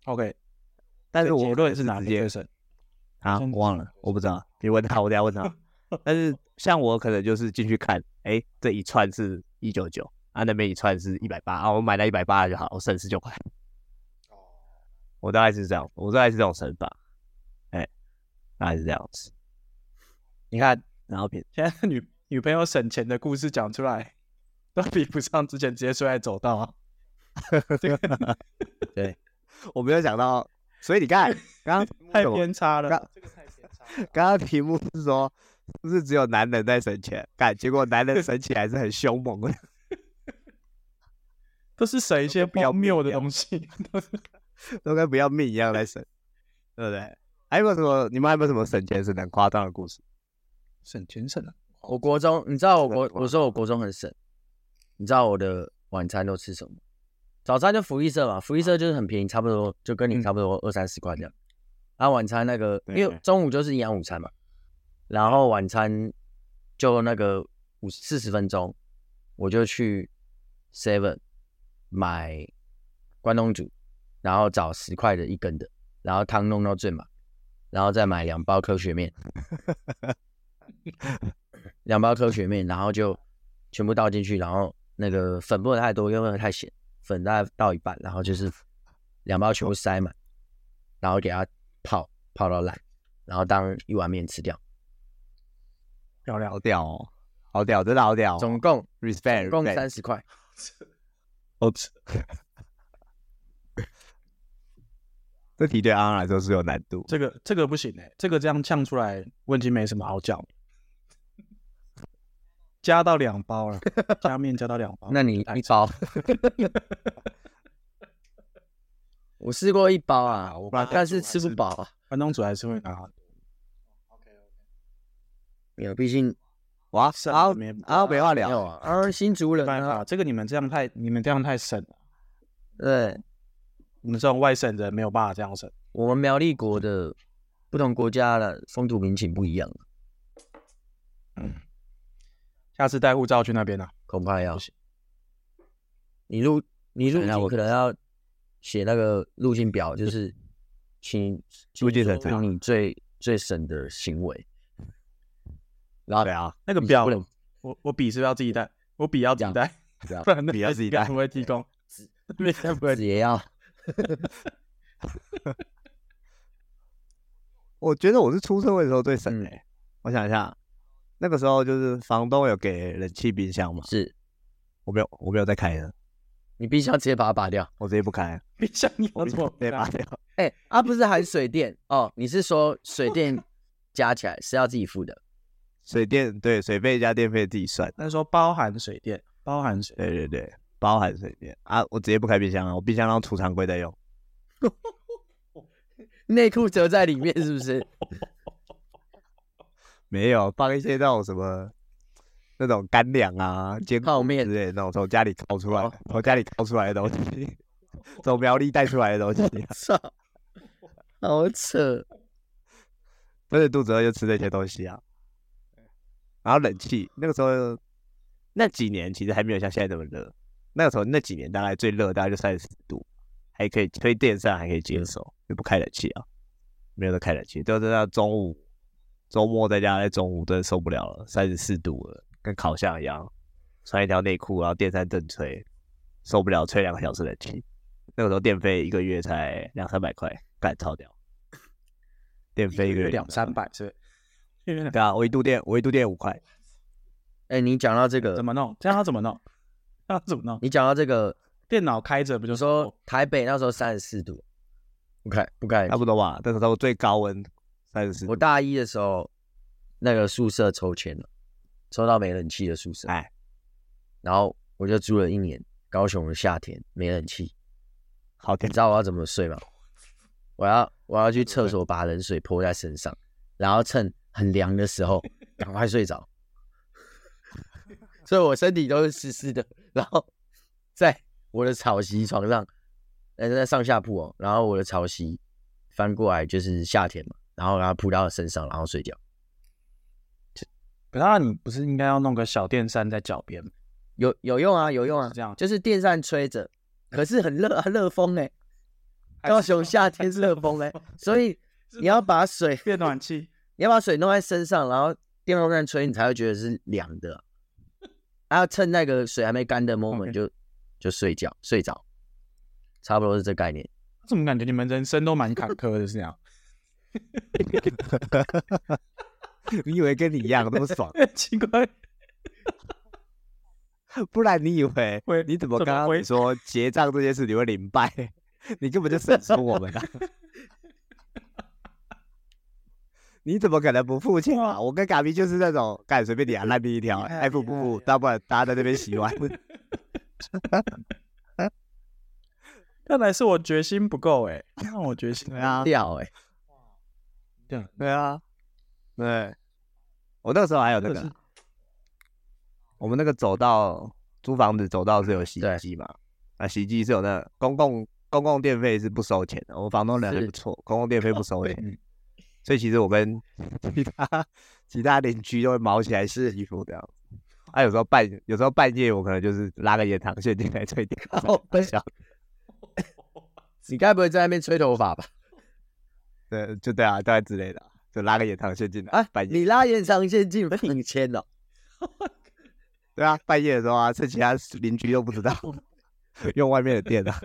Speaker 2: OK，
Speaker 4: 但是
Speaker 2: 所以
Speaker 4: 我
Speaker 2: 结
Speaker 4: 可
Speaker 2: 论
Speaker 4: 能
Speaker 2: 是哪
Speaker 4: 直
Speaker 2: 个
Speaker 4: 接
Speaker 2: 最省？
Speaker 4: 啊，
Speaker 2: 像
Speaker 4: 我忘了，我不知道，你问他，我等下问他。但是像我可能就是进去看，哎，这一串是一九九，啊那边一串是一百八，啊我买了一百八就好，我省十九块。
Speaker 2: 哦
Speaker 4: 我大概是这样，我大概是这种省法，哎，大概是这样子。
Speaker 2: 你看
Speaker 4: 然后平
Speaker 2: 现在女女朋友省钱的故事讲出来， 都比不上之前直接睡在走道啊。
Speaker 4: 我没有想到，所以你看，刚刚
Speaker 2: 太偏差了
Speaker 4: 刚。刚刚题目是说，是不是只有男人在省钱？干，结果男人省起来是很凶猛的。
Speaker 2: 都是省一些
Speaker 4: 不要
Speaker 2: 荒谬的
Speaker 4: 不要
Speaker 2: 东西， 都是
Speaker 4: 都跟不要命一样来省，对不对？还有没有什么？你们还有没有什么省钱省的夸张的故事？
Speaker 2: 省钱省的。
Speaker 1: 我国中，你知道我国
Speaker 4: 什，么
Speaker 1: 我说我国中很省，你知道我的晚餐都吃什么？早餐就福利社嘛，福利
Speaker 4: 啊
Speaker 1: 社就是很便宜，差不多就跟你
Speaker 2: 嗯
Speaker 1: 差不多二三十块这样。然后晚餐那个，
Speaker 4: 对
Speaker 1: 因为中午就是营养午餐嘛，然后晚餐就那个五四十分钟，我就去 Seven 买关东煮，然后找十块的一根的，然后汤弄到最满，然后再买两包科学面，两包科学面，然后就全部倒进去，然后那个粉不能太多，因为不能太咸，粉大概倒一半，然后就是两包全部塞满，然后给它泡泡到烂，然后当一碗面吃掉。
Speaker 2: 漂亮
Speaker 4: 好，屌哦，好屌，真的好屌哦、
Speaker 1: 总共总
Speaker 4: respect，
Speaker 1: 共
Speaker 4: respect
Speaker 1: 三十块，
Speaker 2: 好吃。
Speaker 4: 这题对安安来说是有难度。
Speaker 2: 这个这个不行哎、这个这样呛出来，我已经没什么好讲了。加到两包了，加面加到两包。
Speaker 1: 那你
Speaker 2: 来
Speaker 1: 一包？ 我试过一包啊，
Speaker 2: 我
Speaker 1: 但是吃不饱啊，
Speaker 2: 关东煮还是会拿好的。
Speaker 1: 没有，毕竟
Speaker 4: 哇，
Speaker 2: 是
Speaker 4: 然后
Speaker 2: 没办
Speaker 4: 然后没话
Speaker 1: 没有
Speaker 4: 聊，
Speaker 1: 啊，啊新竹
Speaker 2: 没
Speaker 1: 人
Speaker 2: 办
Speaker 1: 啊，
Speaker 2: 法，这个你们这样太你们这样太省了。
Speaker 1: 对，
Speaker 2: 我们这种外省人没有办法这样省。
Speaker 1: 我们苗栗国的不同国家的风土民情不一样，
Speaker 2: 下次带护照去那边啊，
Speaker 1: 恐怕要你入你入
Speaker 2: 哎
Speaker 4: 等一下
Speaker 1: 境
Speaker 4: 我
Speaker 1: 可能要写那个入境表，就是请
Speaker 4: 入境
Speaker 1: 请
Speaker 4: 审查
Speaker 1: 说明你最最省的行为，然后
Speaker 4: 对啊，
Speaker 2: 那个
Speaker 1: 你
Speaker 2: 表
Speaker 1: 不能
Speaker 2: 我我笔是不是要自己带，我笔要自己带，
Speaker 1: 这样
Speaker 2: 不然那
Speaker 4: 笔要自己
Speaker 2: 应该
Speaker 4: 带
Speaker 2: 不会提供，那边不会
Speaker 1: 纸也要
Speaker 4: 我觉得我是出社会的时候最省
Speaker 1: 嗯
Speaker 4: 的、我想一下，那个时候就是房东有给冷气冰箱嘛，
Speaker 1: 是，
Speaker 4: 我没有，我没有在开的，
Speaker 1: 你必须要直接把它拔掉。
Speaker 4: 我直接不开，
Speaker 2: 冰箱你
Speaker 4: 我
Speaker 2: 要怎么
Speaker 4: 直接拔
Speaker 2: 办
Speaker 4: 掉。
Speaker 1: 哎、啊，不是含水电哦，你是说水电加起来是要自己付的？
Speaker 4: 水电对水费加电费自己算，
Speaker 2: 那时候包含水电，包含水
Speaker 4: 对对对，包含水电啊，我直接不开冰箱啊，我冰箱当储藏柜在用，
Speaker 1: 内裤折在里面是不是？
Speaker 4: 没有放一些那种什么那种干粮啊、煎
Speaker 1: 泡面
Speaker 4: 之类的那种从家里掏出来
Speaker 1: 哦，
Speaker 4: 从家里掏出来的东西， 从苗栗带出来的东西 啊、
Speaker 1: 操，好扯！
Speaker 4: 真的肚子饿就吃这些东西啊。然后冷气那个时候那几年其实还没有像现在这么热，那个时候那几年大概最热大概就三十度，还可以吹电扇还可以接受，就不开冷气啊，没有得开冷气，都是到中午周末在家在中午真的受不了了，三十四度了，跟烤箱一样，穿一条内裤然后电扇正吹，受不了吹两个小时冷气，那个时候电费一个月才两三百块，干超屌。电费一个月
Speaker 2: 两三百是不是，一个月两
Speaker 4: 对啊，我一度电我一度电五块，
Speaker 1: 哎、你讲到这
Speaker 2: 怎
Speaker 1: 个，
Speaker 2: 么弄？这样要怎么弄？那怎么弄？
Speaker 1: 你讲到这个，
Speaker 2: 电脑开着不就
Speaker 1: 我
Speaker 2: 是
Speaker 1: 说台北那时候三十四度，不开不开
Speaker 4: 差。不多吧。那时候最高温三十四，
Speaker 1: 我大一的时候，那个宿舍抽签了，抽到没冷气的宿舍，
Speaker 4: 哎，
Speaker 1: 然后我就住了一年高雄的夏天，没冷气。
Speaker 4: 好
Speaker 1: 你
Speaker 4: 天
Speaker 1: 知道我要怎么睡吗？我要我要去厕所把冷水泼在身上，然后趁很凉的时候赶快睡着。所以我身体都是湿湿的，然后在我的草席床上，呃，在上下铺哦，然后我的草席翻过来就是夏天嘛，然后把它铺到身上，然后睡觉。
Speaker 2: 不那你不是应该要弄个小电扇在脚边吗？
Speaker 1: 有有用啊，有用啊，
Speaker 2: 是这样
Speaker 1: 就是电扇吹着，可是很热啊，热风哎、
Speaker 2: 还是
Speaker 1: 高雄夏天是热 风哎、所以你要把水
Speaker 2: 变 暖气，
Speaker 1: 你要把水弄在身上，然后电风扇吹，你才会觉得是凉的。还要趁那个水还没干的 moment
Speaker 2: OK
Speaker 1: 就就睡觉，睡着，差不多是这概念。
Speaker 2: 怎么感觉你们人生都蛮坎坷的？是 这样？
Speaker 4: 你以为跟你一样那么爽？
Speaker 2: 奇怪，
Speaker 4: 不然你以 为
Speaker 2: 会
Speaker 4: 你怎么
Speaker 2: 怎么
Speaker 4: 刚刚
Speaker 2: 会
Speaker 4: 你说结账这件事你会领败？ 你根本就胜出我们啊了、 你怎么可能不付钱啊？我跟嘎比就是那种干随便 你啊，烂命一条，
Speaker 2: 厉害
Speaker 4: 爱付不
Speaker 2: 厉
Speaker 4: 付，
Speaker 2: 害
Speaker 4: 大不了大家在那边洗碗。
Speaker 2: 看来是我决心不够哎、那我决心
Speaker 4: 对，啊，
Speaker 1: 掉哎、
Speaker 2: 这样
Speaker 4: 对啊，对，我那个时候还有那
Speaker 2: 真的
Speaker 4: 个
Speaker 2: 是，
Speaker 4: 我们那个走道租房子走道是有洗衣
Speaker 1: 对
Speaker 4: 机嘛？啊，洗衣机是有那个公共公共电费是不收钱的，我们房东人还
Speaker 1: 是
Speaker 4: 不错，公共电费不收 钱，
Speaker 2: 嗯
Speaker 4: 所以其实我跟 其他其他邻居都会毛起来洗衣服这样。啊，有时候半有时候半夜我可能就是拉个烟糖线进来吹电，
Speaker 1: 哦不是 你该不会在那边吹头发吧？
Speaker 4: 对，就对啊，对啊之类的啊，就拉个烟糖线进来
Speaker 1: 啊，
Speaker 4: 半夜
Speaker 1: 你拉延长线进你签了，
Speaker 4: 对啊，半夜的时候啊，趁其他邻居都不知道，用外面的电啊。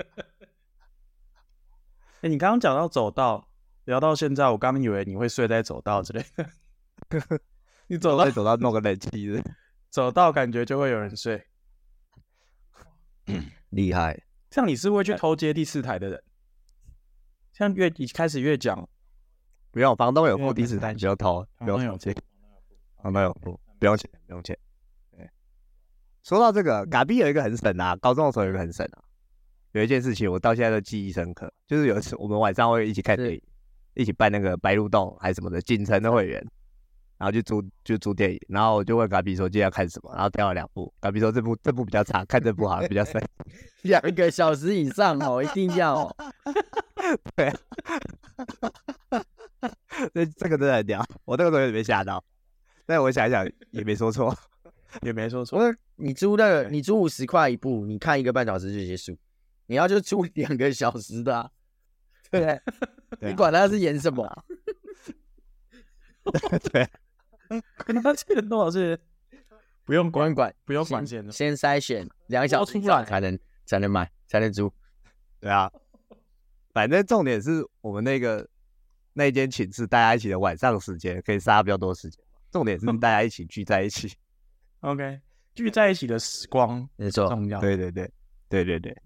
Speaker 2: 哎、你刚刚讲到走道，聊到现在，我刚以为你会睡在走道之类的。 你走到
Speaker 4: 再走到弄个冷气的，
Speaker 2: 走道，感觉就会有人睡。
Speaker 1: 厉害。
Speaker 2: 像你是会去偷接第四台的人，像越一开始越讲，
Speaker 4: 不用，房东有
Speaker 2: 因为
Speaker 4: 付
Speaker 2: 我
Speaker 4: 第
Speaker 2: 们是
Speaker 4: 四台，
Speaker 2: 单
Speaker 4: 不用掏，
Speaker 2: 房
Speaker 4: 不
Speaker 2: 东有
Speaker 4: 用钱，房啊东有付，不用钱，不用钱。对，说到这个，嘎逼有一个很省啊，高中的时候有一个很省啊，有一件事情我到现在都记忆深刻，就是有一次我们晚上会一起看电影，一起办那个白鹿洞还是什么的，锦城的会员，然后就租就租电影，然后我就问嘎比说今天要看什么，然后挑了两部，嘎比说这部这部比较差，看这部好像比较深。
Speaker 1: 两个小时以上哦，一定要哦。
Speaker 4: 这这个真的很屌，我那个时候有点被吓到，但我想一想也没说错，
Speaker 2: 也没说 错。
Speaker 1: 我你租那个，你租五十块一部，你看一个半小时就结束。你要就租两个小时的、啊，对不对？
Speaker 4: 对啊
Speaker 1: 你管他是演什么啊、
Speaker 4: 对，
Speaker 2: 他这个多少是不用
Speaker 1: 不用
Speaker 2: 管，
Speaker 1: 管，
Speaker 2: 不用管钱的。
Speaker 1: 先筛选两小时以上才能才能买才能租。
Speaker 4: 对啊，反正重点是我们那个那一间寝室大家一起的晚上时间可以杀比较多时间，重点是大家一起聚在一起。
Speaker 2: OK，聚在一起的时光
Speaker 1: 没错，
Speaker 2: 重要。
Speaker 4: 对对对对对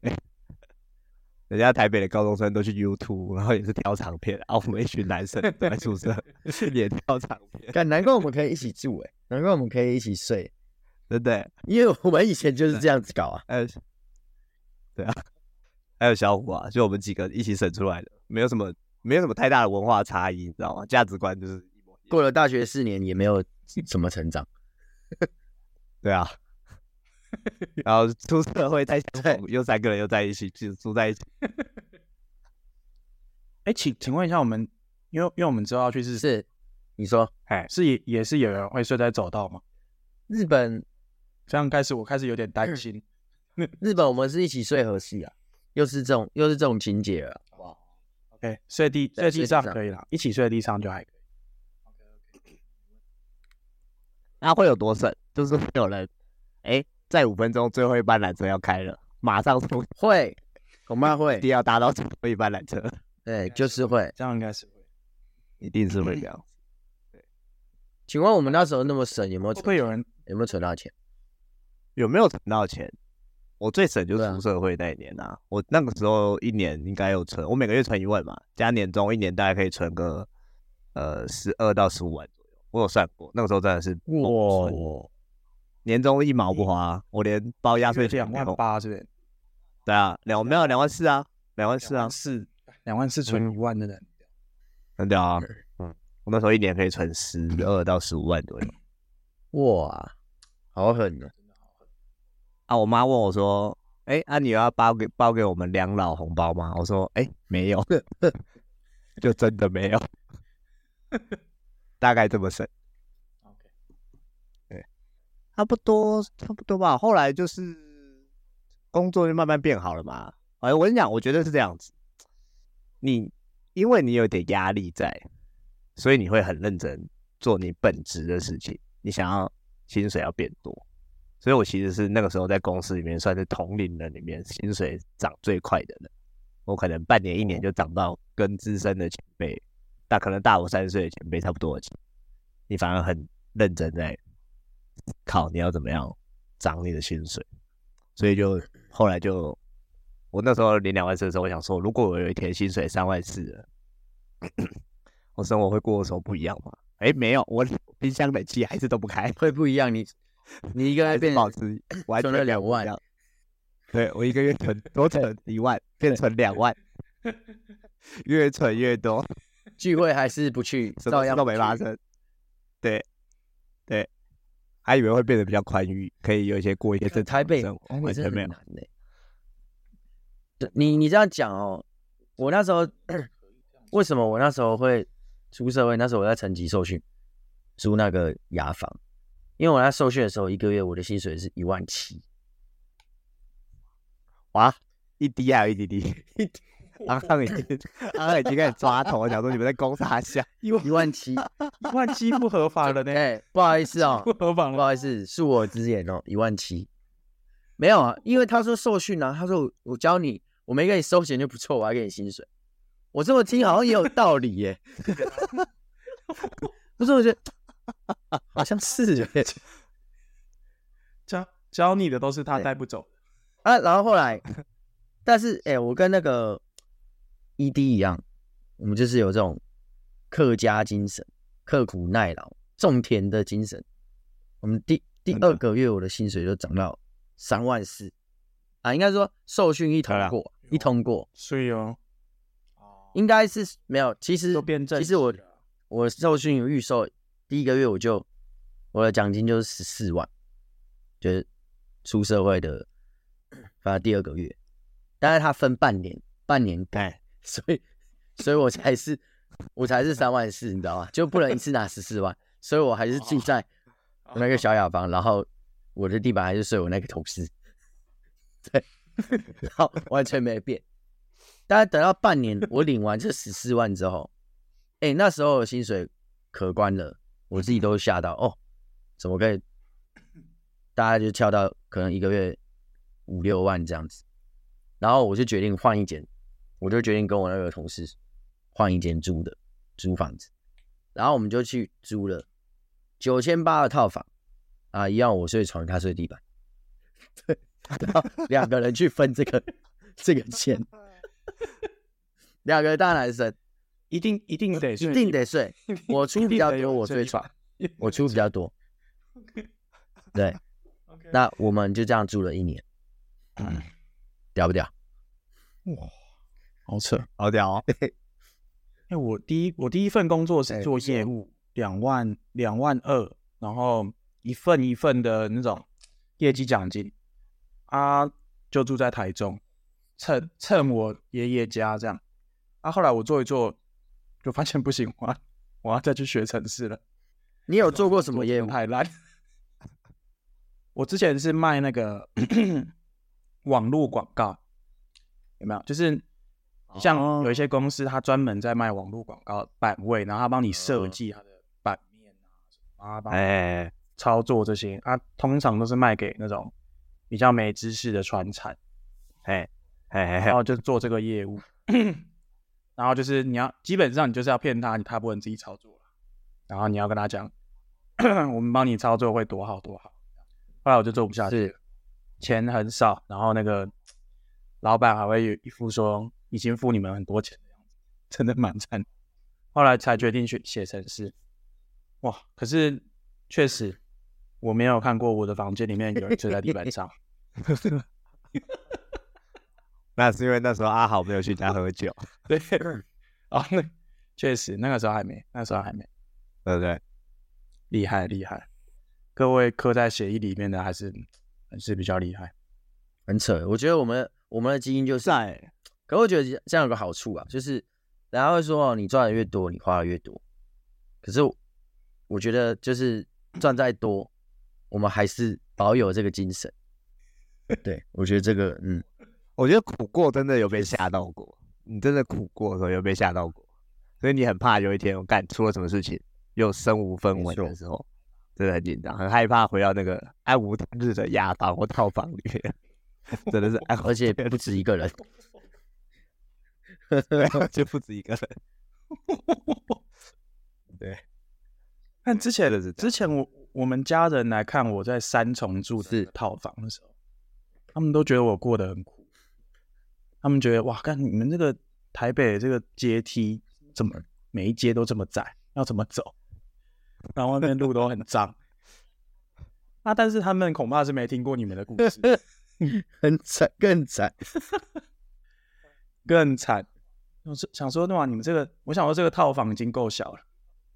Speaker 4: 对，人家台北的高中生都去 YouTube，然后也是挑长片，啊，我们一群男生在宿舍也挑长片，
Speaker 1: 干难怪我们可以一起住哎、难怪我们可以一起睡，
Speaker 4: 真的，
Speaker 1: 因为我们以前就是这样子搞啊。
Speaker 4: 还有对啊，还有小虎啊，就我们几个一起审出来的，没有什么没有什么太大的文化差异，你知道吗？价值观就是一模一样。
Speaker 1: 过了大学四年也没有什么成长，
Speaker 4: 对啊，然后出社会再相逢，又三个人又在一起，就住在一起。
Speaker 2: 哎，请请问一下，我们因为因为我们知道要去日，
Speaker 1: 是你说
Speaker 2: 哎，是也也是有人会睡在走道吗？
Speaker 1: 日本
Speaker 2: 这样开始我开始有点担心。
Speaker 1: 日本我们是一起睡和室啊，又是这种又是这种情节了啊，好不好？
Speaker 2: OK，睡哎地
Speaker 1: 对
Speaker 2: 睡地
Speaker 1: 睡地
Speaker 2: 上
Speaker 1: 上
Speaker 2: 可以啦，一起睡地上就还可以。
Speaker 4: 那会有多省？就是会有人，哎，在五分钟最后一班缆车要开了，马上冲
Speaker 1: 会，恐怕会
Speaker 4: 一，定要搭到最后一班缆车，
Speaker 1: 对，就是会。
Speaker 2: 这样应该是会。
Speaker 4: 一定是会这样。
Speaker 1: 请问我们那时候那么省，有没有
Speaker 2: 会
Speaker 1: 存
Speaker 2: 不会有人
Speaker 1: 有没有存到钱？
Speaker 4: 有没有存到钱？我最省就是
Speaker 1: 对啊
Speaker 4: 出社会那一年啊，我那个时候一年应该有存，我每个月存一万嘛，加年终一年大概可以存个呃十二到十五万左右，我有算过，那个时候真的是猛存，
Speaker 2: 哦
Speaker 4: 年终一毛不花，啊我连包压岁钱
Speaker 2: 两
Speaker 4: 都没有
Speaker 2: 万八是不是？
Speaker 4: 对啊，两没有两万四啊，两万四
Speaker 2: 两
Speaker 4: 啊
Speaker 2: 万，四两万四存一万的人，
Speaker 4: 很屌啊！嗯，我那时候一年可以存十二到十五万左右。
Speaker 1: 哇，好狠哦！
Speaker 4: 啊，我妈问我说：“哎、啊，你有要包给包给我们两老红包吗？”我说：“哎、没有， 就真的没有。” 大概这么省。
Speaker 2: OK
Speaker 4: 对，差不多，差不多吧。后来就是工作就慢慢变好了嘛。哎，我跟你讲，我觉得是这样子，你因为你有点压力在，所以你会很认真做你本职的事情，你想要薪水要变多。所以我其实是那个时候在公司里面算是同龄人里面薪水涨最快的人，我可能半年一年就涨到跟资深的前辈，大可能大我三十岁的前辈差不多的钱。你反而很认真在思考你要怎么样涨你的薪水，所以就后来就我那时候领两万四的时候，我想说，如果我有一天薪水三万四了，我生活会过的时候不一样吗？哎，没有，我冰箱冷气还是都不开。
Speaker 1: 会不一样，你你一个
Speaker 4: 还
Speaker 1: 月
Speaker 4: 是
Speaker 1: 变
Speaker 4: 保持完
Speaker 1: 存
Speaker 4: 全
Speaker 1: 了两
Speaker 4: 不一
Speaker 1: 万
Speaker 4: 样。对我一个月存多存一万，变存 两万，越存越多，
Speaker 1: 聚会还是不去，
Speaker 4: 什么
Speaker 1: 照
Speaker 4: 事
Speaker 1: 样
Speaker 4: 都没发
Speaker 1: 不去。
Speaker 4: 生。对，对，还以为会变得比较宽裕，可以有一些过一些正常
Speaker 1: 台
Speaker 4: 的
Speaker 1: 北
Speaker 4: 生活，
Speaker 1: 台北
Speaker 4: 完
Speaker 1: 真
Speaker 4: 全
Speaker 1: 的
Speaker 4: 没
Speaker 1: 很
Speaker 4: 有。
Speaker 1: 难呢。对你你这样讲哦，我那时候 为什么我那时候会出社会？那时候我在成吉受训，租那个雅房，因为我在受训的时候，一个月我的薪水是一万 七，
Speaker 4: 哇，一滴还有一滴滴，阿康已经阿康已经开始抓头，想说你们在攻啥下？
Speaker 2: 一万
Speaker 1: 一万 七，
Speaker 2: 一万七不合法了呢，
Speaker 1: 哎，不好意思哦，
Speaker 2: 不合法
Speaker 1: 不
Speaker 2: 了。
Speaker 1: 好意思，恕我直言哦，一万七，没有啊，因为他说受训啊，他说我我教你，我没给你收钱就不错，我还给你薪水。我这么听好像也有道理耶，不是？我觉得好像是耶
Speaker 2: 教教你的都是他带不走的，
Speaker 1: 啊。然后后来，但是哎、我跟那个 ED 一样，我们就是有这种客家精神、刻苦耐劳、种田的精神。我们第第
Speaker 4: 真的
Speaker 1: 二个月，我的薪水就涨到三万四啊，应该说受训一
Speaker 4: 对
Speaker 1: 通
Speaker 4: 啦
Speaker 1: 过，一通过，
Speaker 2: 所以哦，
Speaker 1: 应该是没有。其实
Speaker 2: 都变正
Speaker 1: 其实我
Speaker 2: 式了
Speaker 1: 我受训有预售，第一个月我就我的奖金就是十四万，就是出社会的，反正第二个月，但是它分半年，半年
Speaker 4: 哎，
Speaker 1: 所以所以我才是我才是三万四，你知道吗？就不能一次拿十四万，所以我还是住在我那个小雅房，然后我的地板还是睡我那个同事， 对， 然后完全没变。但是等到半年我领完这十四万之后，哎、那时候的薪水可观了，我自己都吓到哦，怎么可以？大家就跳到可能一个月五六万这样子，然后我就决定换一间，我就决定跟我那个同事换一间租的租房子，然后我们就去租了九千八的套房啊，一样我睡床，他睡地板， 对，然后两个人去分这个这个钱，两个大男生
Speaker 2: 一定一定得
Speaker 1: 一
Speaker 2: 睡
Speaker 1: 定得睡，我出比较多，我睡床，
Speaker 2: 床，
Speaker 1: 我出比较多， 对，那我们就这样住了一年，嗯屌不屌？
Speaker 2: 哇， 好扯！
Speaker 4: 好屌哦！
Speaker 2: 哎，我第一我第一份工作
Speaker 1: 哎
Speaker 2: 是做业务，两万两万二，然后一份一份的那种业绩奖金啊，就住在台中，蹭蹭我爷爷家这样。啊，后来我做一做，就发现不行，我要我要再去学城市了。
Speaker 1: 你有做过什么业务？
Speaker 2: 太烂。 我之前是卖那个 网络广告，有没有？就是
Speaker 1: 哦
Speaker 2: 像有一些公司，它专门在卖网络广告版位，然后它帮你设计它的版面啊什么，然后它帮你
Speaker 4: 哎，
Speaker 2: 操作这些啊，通常都是卖给那种比较没知识的传产，
Speaker 4: 哎，哎，
Speaker 2: 然
Speaker 4: 哎，
Speaker 2: 后哦就做这个业务。然后就是你要基本上你就是要骗他，他不能自己操作了然后你要跟他讲， 我们帮你操作会多好多好。后来我就做不下去了，钱很少，然后那个老板还会有一副说已经付你们很多钱的样子， 真的蛮惨。后来才决定去写程式，哇！可是确实我没有看过我的房间里面有人睡在地板上，
Speaker 4: 那是因为那时候阿豪没有去家喝酒，
Speaker 2: 对，啊、那确实那个时候还没，那时候还没。
Speaker 4: 对不对？
Speaker 2: 厉害厉害，各位刻在协议里面的还是还是比较厉害。
Speaker 1: 很扯。我觉得我们我们的基因就是
Speaker 4: 在，
Speaker 1: 可我觉得这样有个好处啊，就是人家会说哦，你赚的越多，你花的越多。可是我我觉得就是赚再多，我们还是保有这个精神。对，我觉得这个嗯，
Speaker 4: 我觉得苦过真的有被吓到过，你真的苦过的时候有被吓到过，所以你很怕有一天我干出了什么事情，又身无分文
Speaker 1: 没
Speaker 4: 的
Speaker 1: 错
Speaker 4: 时候，真的很紧张，很害怕回到那个安无他日的雅房或套房里面， 真的是安无
Speaker 1: 而且不止一个 人。
Speaker 4: 就不止一个人，
Speaker 2: 但之前
Speaker 4: 是是这
Speaker 2: 之前我我们家人来看我在三重住的那
Speaker 1: 是
Speaker 2: 个套房的时候，他们都觉得我过得很苦，他们觉得哇，看你们这个台北这个阶梯怎么每一阶都这么窄，要怎么走？然后外面路都很脏。 啊！但是他们恐怕是没听过你们的故事，
Speaker 1: 很惨，更惨。
Speaker 2: 更惨。我是想说，哇，你们这个，我想说这个套房已经够小了，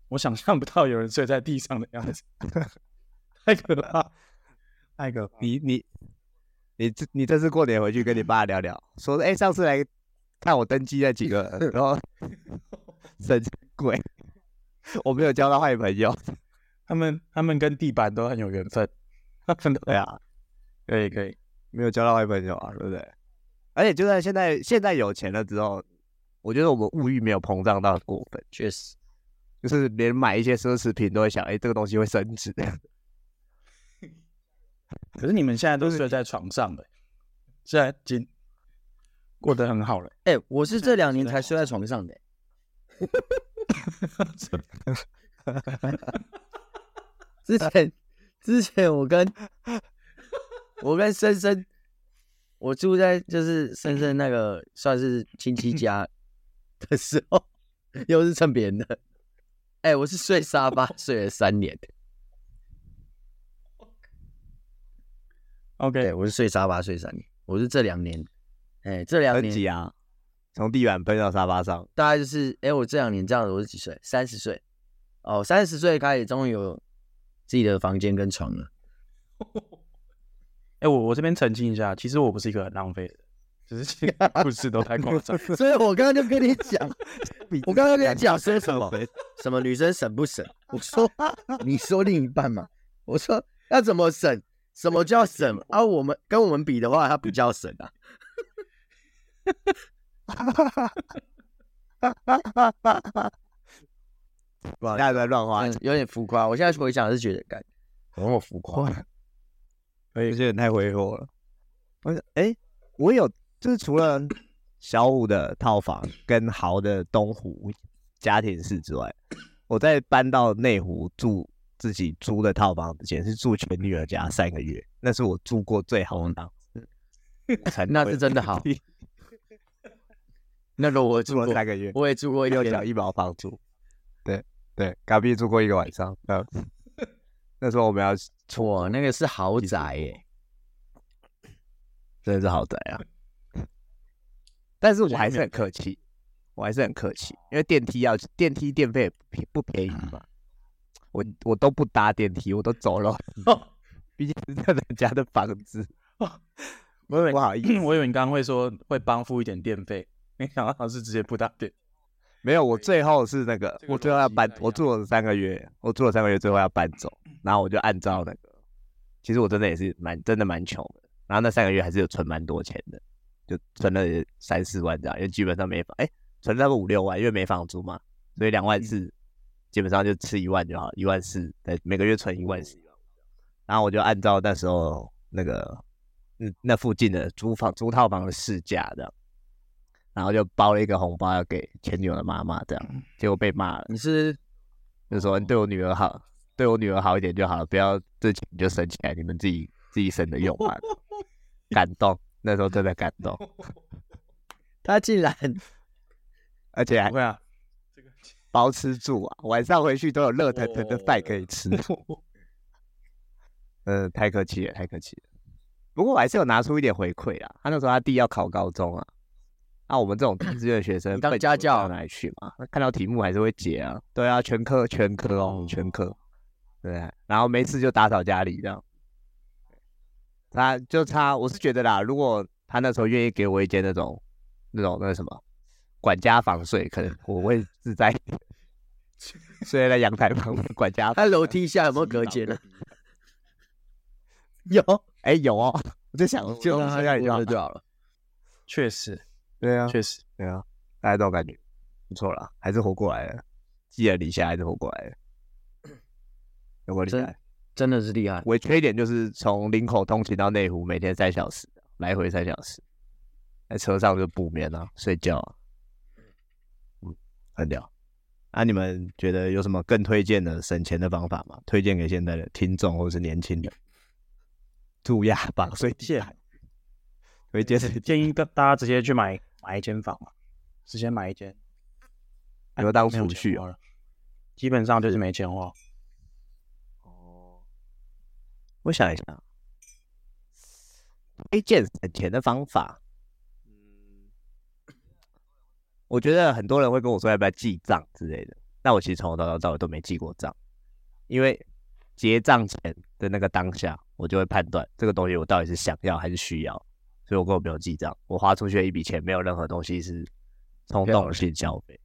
Speaker 2: 我想象不到有人睡在地上的样子， 太可怕，太可怕。
Speaker 4: 你你你这你这次过年回去跟你爸聊聊，说哎、上次来看我登记那几个，然后 神鬼，我没有交到坏朋友。
Speaker 2: 他们他们跟地板都很有缘分， 他们都
Speaker 4: 对啊，
Speaker 2: 可以可以，
Speaker 4: 没有交到坏朋友啊，对不对？而且就算现在现在有钱了之后，我觉得我们物欲没有膨胀到过分，
Speaker 1: 确实，
Speaker 4: 就是连买一些奢侈品都会想，哎、这个东西会升值。
Speaker 2: 可是你们现在都睡在床上的，现在已经过得很好了。
Speaker 1: 哎、我是这两年才睡在床上的、欸 之前之前我跟我跟深深，我住在就是深深那个算是亲戚家的时候，又是蹭别人的。哎、我是睡沙发睡了三年，对
Speaker 2: OK，
Speaker 1: 我是睡沙发睡三年，我是这两年，哎、这两
Speaker 4: 升级
Speaker 1: 年
Speaker 4: 啊，从地板奔到沙发上，
Speaker 1: 大概就是哎、我这两年这样子，我是几岁？三十岁，哦，三十岁开始终于有自己的房间跟床了。
Speaker 2: 哎、我我这边澄清一下，其实我不是一个很浪费的人，只是故事都太夸张。
Speaker 1: 所以我刚刚就跟你 讲，我刚刚跟你讲说什么
Speaker 4: 浪费
Speaker 1: 什么女生省不省？我说你说另一半嘛，我说要怎么省？什么叫省啊？我们跟我们比的话，它不叫省 啊。
Speaker 4: 大家都在乱花
Speaker 1: 嗯
Speaker 4: 钱，
Speaker 1: 有点浮夸。我现在回想是觉得， 感怎么浮夸？
Speaker 4: 有些人太挥霍了。我想，哎、我有就是除了小虎的套房跟豪的东湖家庭式之外，我在搬到内湖住自己租的套房之前，是住前女友家三个月，那是我住过最好的房子。才
Speaker 1: 哦那是真的好那个我
Speaker 4: 住
Speaker 1: 住
Speaker 4: 了
Speaker 1: 过
Speaker 4: 三，个月，
Speaker 1: 我也住过一
Speaker 4: 没有
Speaker 1: 天
Speaker 4: 缴，一毛房租。对对，隔壁住过一个晚上。嗯， 那时候我们要
Speaker 1: 错，那个是豪宅耶。
Speaker 4: 真的是豪宅啊！但是我还是很客气，我还是很客气，因为电梯要电梯电费也不便不便宜嘛。
Speaker 2: 嗯
Speaker 4: 我我都不搭电梯，我都走了，
Speaker 2: 嗯
Speaker 4: 毕竟是在人家的房 子，
Speaker 2: 我以为
Speaker 4: 不好意思。
Speaker 2: 嗯我以为你刚刚会说会帮付一点电费，没想到是直接不搭电。
Speaker 4: 没有，我最后是那个
Speaker 2: 这，个
Speaker 4: 我最后要
Speaker 2: 逻辑
Speaker 4: 搬
Speaker 2: 不太，一
Speaker 4: 我
Speaker 2: 样
Speaker 4: 住了三个月，我住了三个月，最后要搬走，然后我就按照那个，其实我真的也是蛮真的蛮穷的，然后那三个月还是有存蛮多钱的，就存了三四万这样，因为基本上没房，哎、存了差不多五六万，因为没房租嘛，所以两万四，基本上就吃一万就好，一万四，对，每个月存一万四，然后我就按照那时候那个，嗯，那附近的租房租套房的市价这样，然后就包了一个红包要给前女友的妈妈这样，结果被骂了，
Speaker 1: 你是
Speaker 4: 就
Speaker 1: 哦
Speaker 4: 说你对我女儿好，对我女儿好一点就好了，不要这钱就省起来，你们自己自己省着用 吧。感动，那时候真的感动，
Speaker 1: 他竟然
Speaker 4: 而且还
Speaker 2: 不会啊，
Speaker 4: 包吃住啊，晚上回去都有热腾腾的饭可以吃。
Speaker 1: 哦
Speaker 4: 嗯，太客气了，太客气了。不过我还是有拿出一点回馈啊。他那时候他弟要考高中啊，那、我们这种低志愿学生
Speaker 1: 你当
Speaker 4: 笨
Speaker 1: 家
Speaker 4: 就不知道
Speaker 1: 教
Speaker 4: 哪里去嘛？那看到题目还是会解啊。对啊，全科全科哦，全科。对啊、然后没事就打扫家里这样。他就差，我是觉得啦，如果他那时候愿意给我一间那种那种那个什么管家房睡，可能我会自在一点。睡在阳台旁边管 家
Speaker 1: 他楼梯下有没有隔间呢？啊
Speaker 4: 有，哎、有哦，我在想，就
Speaker 1: 让他
Speaker 4: 让你
Speaker 1: 过
Speaker 4: 就好
Speaker 1: 就
Speaker 4: 了。
Speaker 1: 好了。
Speaker 2: 确实，
Speaker 4: 对啊，
Speaker 2: 确实，
Speaker 4: 对啊，大家都有感觉不错啦，还是活过来了，寄人篱下还是活过来了，有没有厉
Speaker 1: 真
Speaker 4: 害？
Speaker 1: 真的是厉害，
Speaker 4: 我缺点就是从林口通勤到内湖，每天三小时，来回三小时，在车上就补眠啊，睡觉啊，嗯，很屌。那、你们觉得有什么更推荐的省钱的方法吗？推荐给现在的听众或者是年轻人？住亚房睡地毯， 推荐是
Speaker 2: 建议大大家直接去买买一间房嘛，直接买一间，
Speaker 4: 留当
Speaker 2: 没有
Speaker 4: 储
Speaker 2: 钱
Speaker 4: 蓄
Speaker 2: 花
Speaker 4: 哦。
Speaker 2: 了，基本上就是没钱花。
Speaker 4: 我想一下，推荐省钱的方法，我觉得很多人会跟我说要不要记账之类的，但我其实从头到尾都没记过账，因为结账前的那个当下，我就会判断这个东西我到底是想要还是需要，所以我根本没有记账，我花出去的一笔钱没有任何东西是冲动性消费，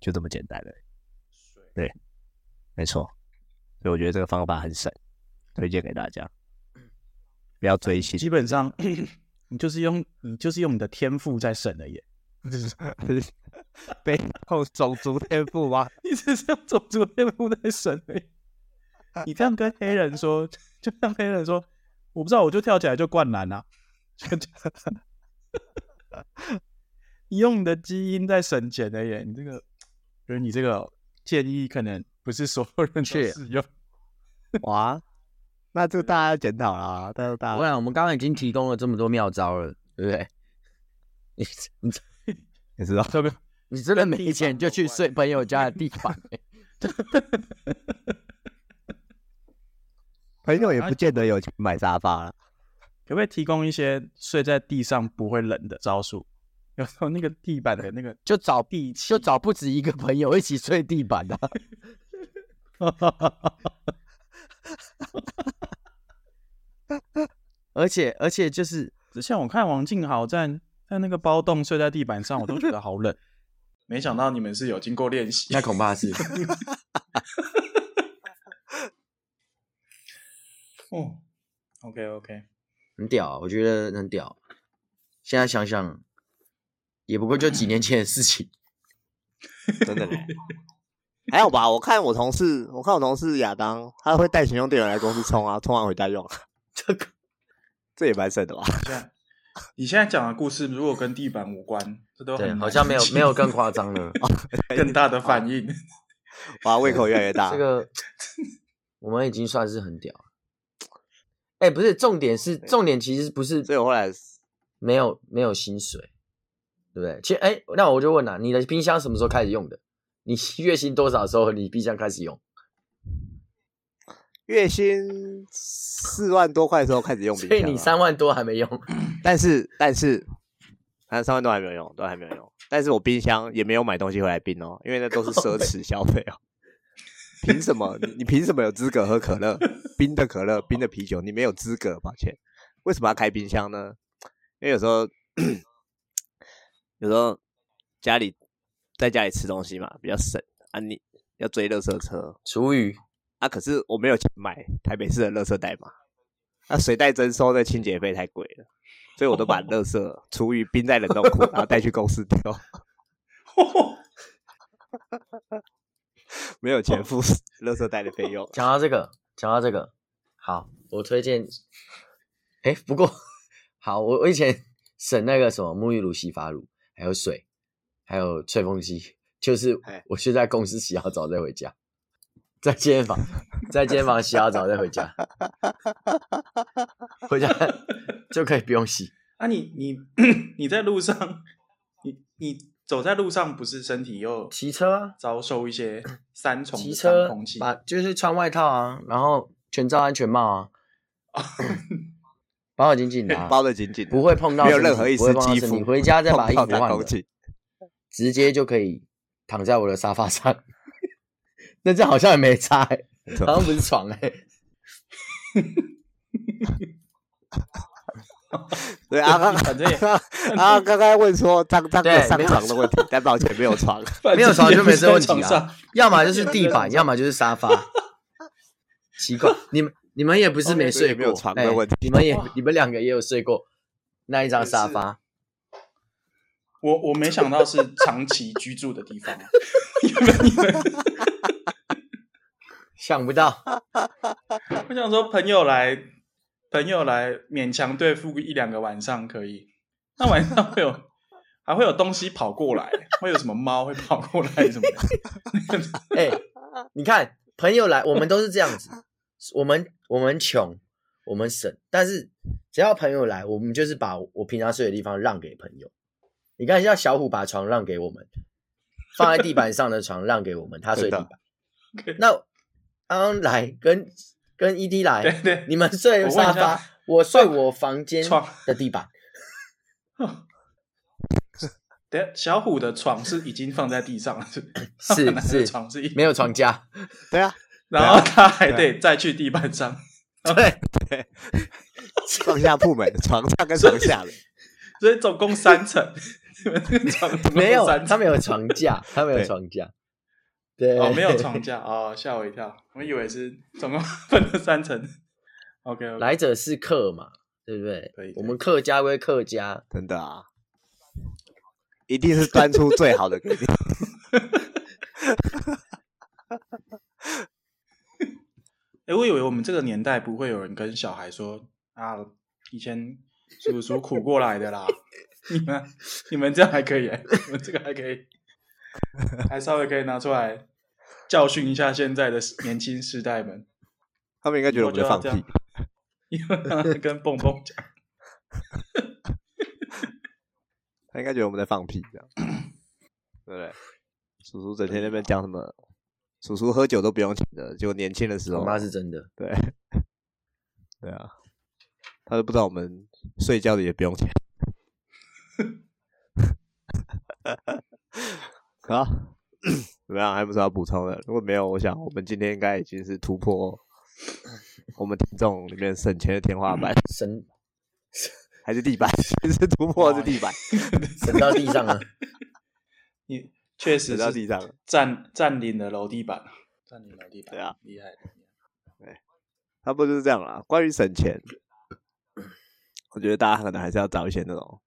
Speaker 4: 就这么简单的。对，没错，所以我觉得这个方法很省，推荐给大家，不要追星。
Speaker 2: 基本上 你就是用你就是用你的天赋在省了耶，
Speaker 4: 被控种族天赋吗？
Speaker 2: 你只是用种族天赋在省而已。你这样跟黑人说， 就像黑人说，我不知道，我就跳起来就灌篮啊， 就这样你用你的基因在省钱的耶，你这个，就是你这个建议可能不是所有人都
Speaker 1: 确
Speaker 2: 适用。
Speaker 4: 哇， 那这个大家要检讨啦，但是大
Speaker 1: 我
Speaker 4: 家
Speaker 1: 想我们刚刚已经提供了这么多妙招了，对不对？ 你你
Speaker 4: 也知道，
Speaker 2: 特别
Speaker 1: 你真的没钱就去睡朋友家的地板、欸，
Speaker 4: 朋友也不见得有钱买沙发了。
Speaker 2: 可不可以提供一些睡在地上不会冷的招数？ 有时候那个地板的那个
Speaker 1: 就找
Speaker 2: 地气
Speaker 1: 啊就找不止一个朋友一起睡地板的、 而且而且就是
Speaker 2: 之前我看王静豪在在那个包栋睡在地板上，我都觉得好冷。 没想到你们是有经过练习
Speaker 1: 那恐怕 是
Speaker 2: 哦。OK OK，
Speaker 1: 很屌啊，我觉得很屌。现在想想，也不过就几年前的事情。
Speaker 4: 真的嘞。 还好吧，我看我同事，我看我同事亚当，他会带群用电源来公司充啊，充完回家用啊。这个 这也蛮省的吧？
Speaker 2: 现在你现在讲的故事，如果跟地板无关，这都很
Speaker 1: 对，
Speaker 2: 难
Speaker 1: 好像 没有没有更夸张了。
Speaker 2: 更大的反应。
Speaker 4: 哇，胃口越来越大。
Speaker 1: 这个 我们已经算是很屌了。哎、不是，重点是重点其实不是
Speaker 4: 所以我后来
Speaker 1: 没有没有薪水，对不对？其实哎、那我就问了、你的冰箱什么时候开始用的？你月薪多少时候你冰箱开始用？
Speaker 4: 月薪四万多块的时候开始用冰
Speaker 1: 所以
Speaker 4: 箱
Speaker 1: 你
Speaker 4: 啊
Speaker 1: 三万多还没用，
Speaker 4: 但是但是，啊，三万都还没有用，都还没有用。但是我冰箱也没有买东西回来冰哦，因为那都是奢侈消费哦。凭什么？你你凭什么有资格喝可乐？冰的可乐、冰的啤酒，你没有资格，抱歉。为什么要开冰箱呢？因为有时候，有时候家里在家里吃东西嘛，比较省啊。你要追垃圾车
Speaker 1: 厨余
Speaker 4: 啊，可是我没有钱买台北市的垃圾袋嘛，那水袋征收的清洁费太贵了，所以我都把垃圾 厨余冰在冷冻库，然后带去公司丢，没有钱 付垃圾袋的费用。
Speaker 1: 讲到这个，讲到这个，好，我推荐。哎，不过好，我我以前省那个什么沐浴乳、洗发乳，还有水，还有吹风机，就是
Speaker 4: 哎
Speaker 1: 我去在公司洗好澡再回家，在健身房，在健身房洗好澡再回家，回 家就可以不用洗。
Speaker 2: 啊你，你你在路上，你你走在路上，不是身体又
Speaker 1: 骑车啊，
Speaker 2: 遭受一些三重
Speaker 1: 骑
Speaker 2: 的
Speaker 1: 车
Speaker 2: 伤空气？
Speaker 1: 把就是穿外套啊，然后全罩安全帽啊， 包好紧紧的、啊，
Speaker 4: 包的紧紧的，
Speaker 1: 不会碰到
Speaker 4: 没有
Speaker 1: 身体
Speaker 4: 任何一
Speaker 1: 不会
Speaker 4: 丝
Speaker 1: 碰到
Speaker 4: 肌
Speaker 1: 身体
Speaker 4: 肤。
Speaker 1: 回家再把
Speaker 4: 碰
Speaker 1: 衣服
Speaker 4: 到
Speaker 1: 换
Speaker 4: 脏
Speaker 1: 了
Speaker 4: 空，气，
Speaker 1: 直接就可以躺在我的沙发上。 那这样好像也没差、欸，
Speaker 4: 没错
Speaker 1: 好像不是床哎、欸。
Speaker 4: 对啊，刚
Speaker 2: 反正也
Speaker 4: 刚 啊，刚刚问说脏脏的
Speaker 1: 对
Speaker 4: 上
Speaker 1: 没有
Speaker 4: 床的问题，但抱歉没有床。
Speaker 2: 反正
Speaker 1: 没有床就没这
Speaker 2: 也不
Speaker 1: 问
Speaker 2: 是
Speaker 1: 题
Speaker 2: 在床上
Speaker 1: 啊， 要么就是地 板，要么就是沙发。奇 怪，你们你们也不是没睡
Speaker 4: 哦没
Speaker 1: 过
Speaker 4: 有床的
Speaker 1: 欸
Speaker 4: 问题
Speaker 1: 你们也
Speaker 2: 哇
Speaker 1: 你们两个也有睡过那一张沙 发，
Speaker 2: 我我没想到是长期居住的地方，因为你们，
Speaker 1: 想不到。
Speaker 2: 我想说朋友来，朋友来勉强对付一两个晚上可以，那晚上会有还会有东西跑过来，会有什么猫会跑过来什么的，
Speaker 1: 哎、你看朋友来，我们都是这样 子，我们我们穷，我们省，但是只要朋友来，我们就是把我平常睡的地方让给朋友。你看，像小虎把床让给我们，放在地板上的床让给我们，他睡地板。
Speaker 2: 真的
Speaker 1: 那安安来跟跟 ED
Speaker 2: 对
Speaker 1: 来，
Speaker 2: 对，
Speaker 1: 你们睡
Speaker 2: 我问一
Speaker 1: 沙
Speaker 2: 下
Speaker 1: 发，我睡我房间
Speaker 2: 床
Speaker 1: 的地 板。
Speaker 2: 等一下小虎的床是已经放在地上了，是不
Speaker 1: 是
Speaker 2: 他本来的
Speaker 1: 是
Speaker 2: 床是一
Speaker 1: 没有床架，
Speaker 4: 对啊，
Speaker 2: 然后他还得再去地板上，
Speaker 1: 啊对，
Speaker 4: 上下铺门，床上跟床下的，
Speaker 2: 所以总共三层。 你们这个床总共
Speaker 1: 没有，
Speaker 2: 三
Speaker 1: 他
Speaker 2: 层
Speaker 1: 没有床架，他没有
Speaker 4: 对
Speaker 1: 床架，对，
Speaker 2: 哦，没 有床架哦，吓我一跳，我以为是总共 分了三层。OK，, o k
Speaker 1: 来者是客嘛，对不对？
Speaker 2: 可以可以
Speaker 1: 我们客家归客家，
Speaker 4: 真的啊，一定是端出最好的给你。
Speaker 2: 哎、我以为我们这个年代不会有人跟小孩说啊，以前叔叔苦过来的啦。你们你们这样还可以、你们这个还可以，还稍微可以拿出来教训一下现在的年轻世代们。
Speaker 4: 他们应该觉得我们在放屁。
Speaker 2: 因为刚刚跟蹦蹦讲，
Speaker 4: 他应该觉得我们在放屁，这样对不对？叔叔整天在那边讲什么，叔叔喝酒都不用钱的，结果年轻的时
Speaker 2: 哦
Speaker 1: 恐
Speaker 4: 候，
Speaker 1: 怕是真的。
Speaker 4: 对， 对啊，他都不知道我们睡觉的也不用钱。 好， 怎么样？还有没有什么要补充的？如果没有，我想我们今天应该已经是突破我们听众里面省钱的天花板，
Speaker 5: 神
Speaker 4: 还是地板？ 是突破是地板，
Speaker 5: 神到地
Speaker 1: 啊
Speaker 5: 上了，
Speaker 2: 你确实
Speaker 4: 死到地
Speaker 2: 是
Speaker 4: 上了。
Speaker 2: 占占领了楼地板，啊占领楼地板，
Speaker 4: 对啊，
Speaker 2: 厉害的。
Speaker 4: 差不多就是这样啦。关于省钱，我觉得大家可能还是要找一些那种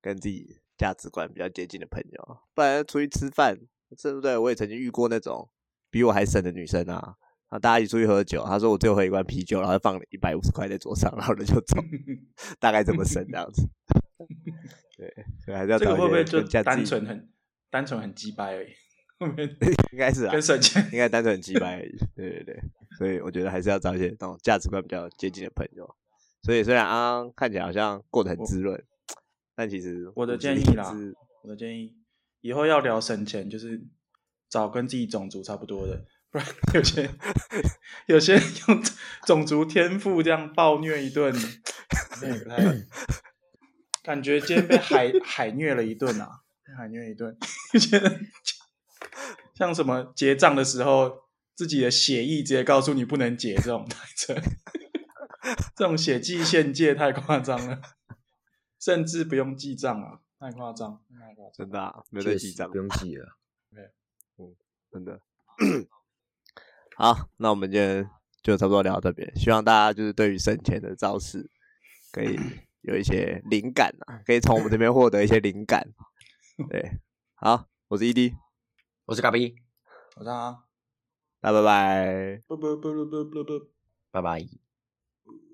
Speaker 4: 跟自己价值观比较接近的朋友，啊不然出去吃饭，对不对？我也曾经遇过那种比我还省的女生啊。然后大家一起出去喝酒，她说我最后喝一罐啤酒，然后放一百五十块在桌上，然后人就 走，大概怎么省这样子？ 对，所以还是要
Speaker 2: 这个
Speaker 4: 找
Speaker 2: 会不会
Speaker 4: 一些
Speaker 2: 就
Speaker 4: 跟价值
Speaker 2: 单纯很单纯很鸡掰而已？会不会
Speaker 4: 应该是啊
Speaker 2: 跟，省钱
Speaker 4: 应该单纯很鸡掰而已。 对对对，所以我觉得还是要找一些那种价值观比较接近的朋友。所以虽然安安看起来好像过得很滋润，但其实
Speaker 2: 我的
Speaker 4: 骨子
Speaker 2: 建
Speaker 4: 里
Speaker 2: 议
Speaker 4: 是
Speaker 2: 啦 我的建议，以后要聊省钱，就是找跟自己种族差不多的，不然有些有些用种族天赋这样暴虐一顿，有点不太感觉今天被 海海虐了一顿啊，被海虐一顿， 就觉得像什么结账的时候，自己的血意直接告诉你不能结这种太扯，这种血记限界太夸张了，甚至不用记账啊，太夸张，太夸张。
Speaker 4: 真的、啊、没有在
Speaker 5: 确
Speaker 4: 记
Speaker 5: 实
Speaker 4: 账
Speaker 5: 不，用记了。
Speaker 4: 真的。好，那我们今天就差不多聊到这边，希望大家就是对于生前的招式 可以有一些灵感啊，可以从我们这边获得一些灵 感。对，好，我是 E ED，
Speaker 5: 我是嘎比，
Speaker 2: 我让啊，
Speaker 4: 大家拜拜。
Speaker 2: 不不不不不不不。
Speaker 5: 拜拜。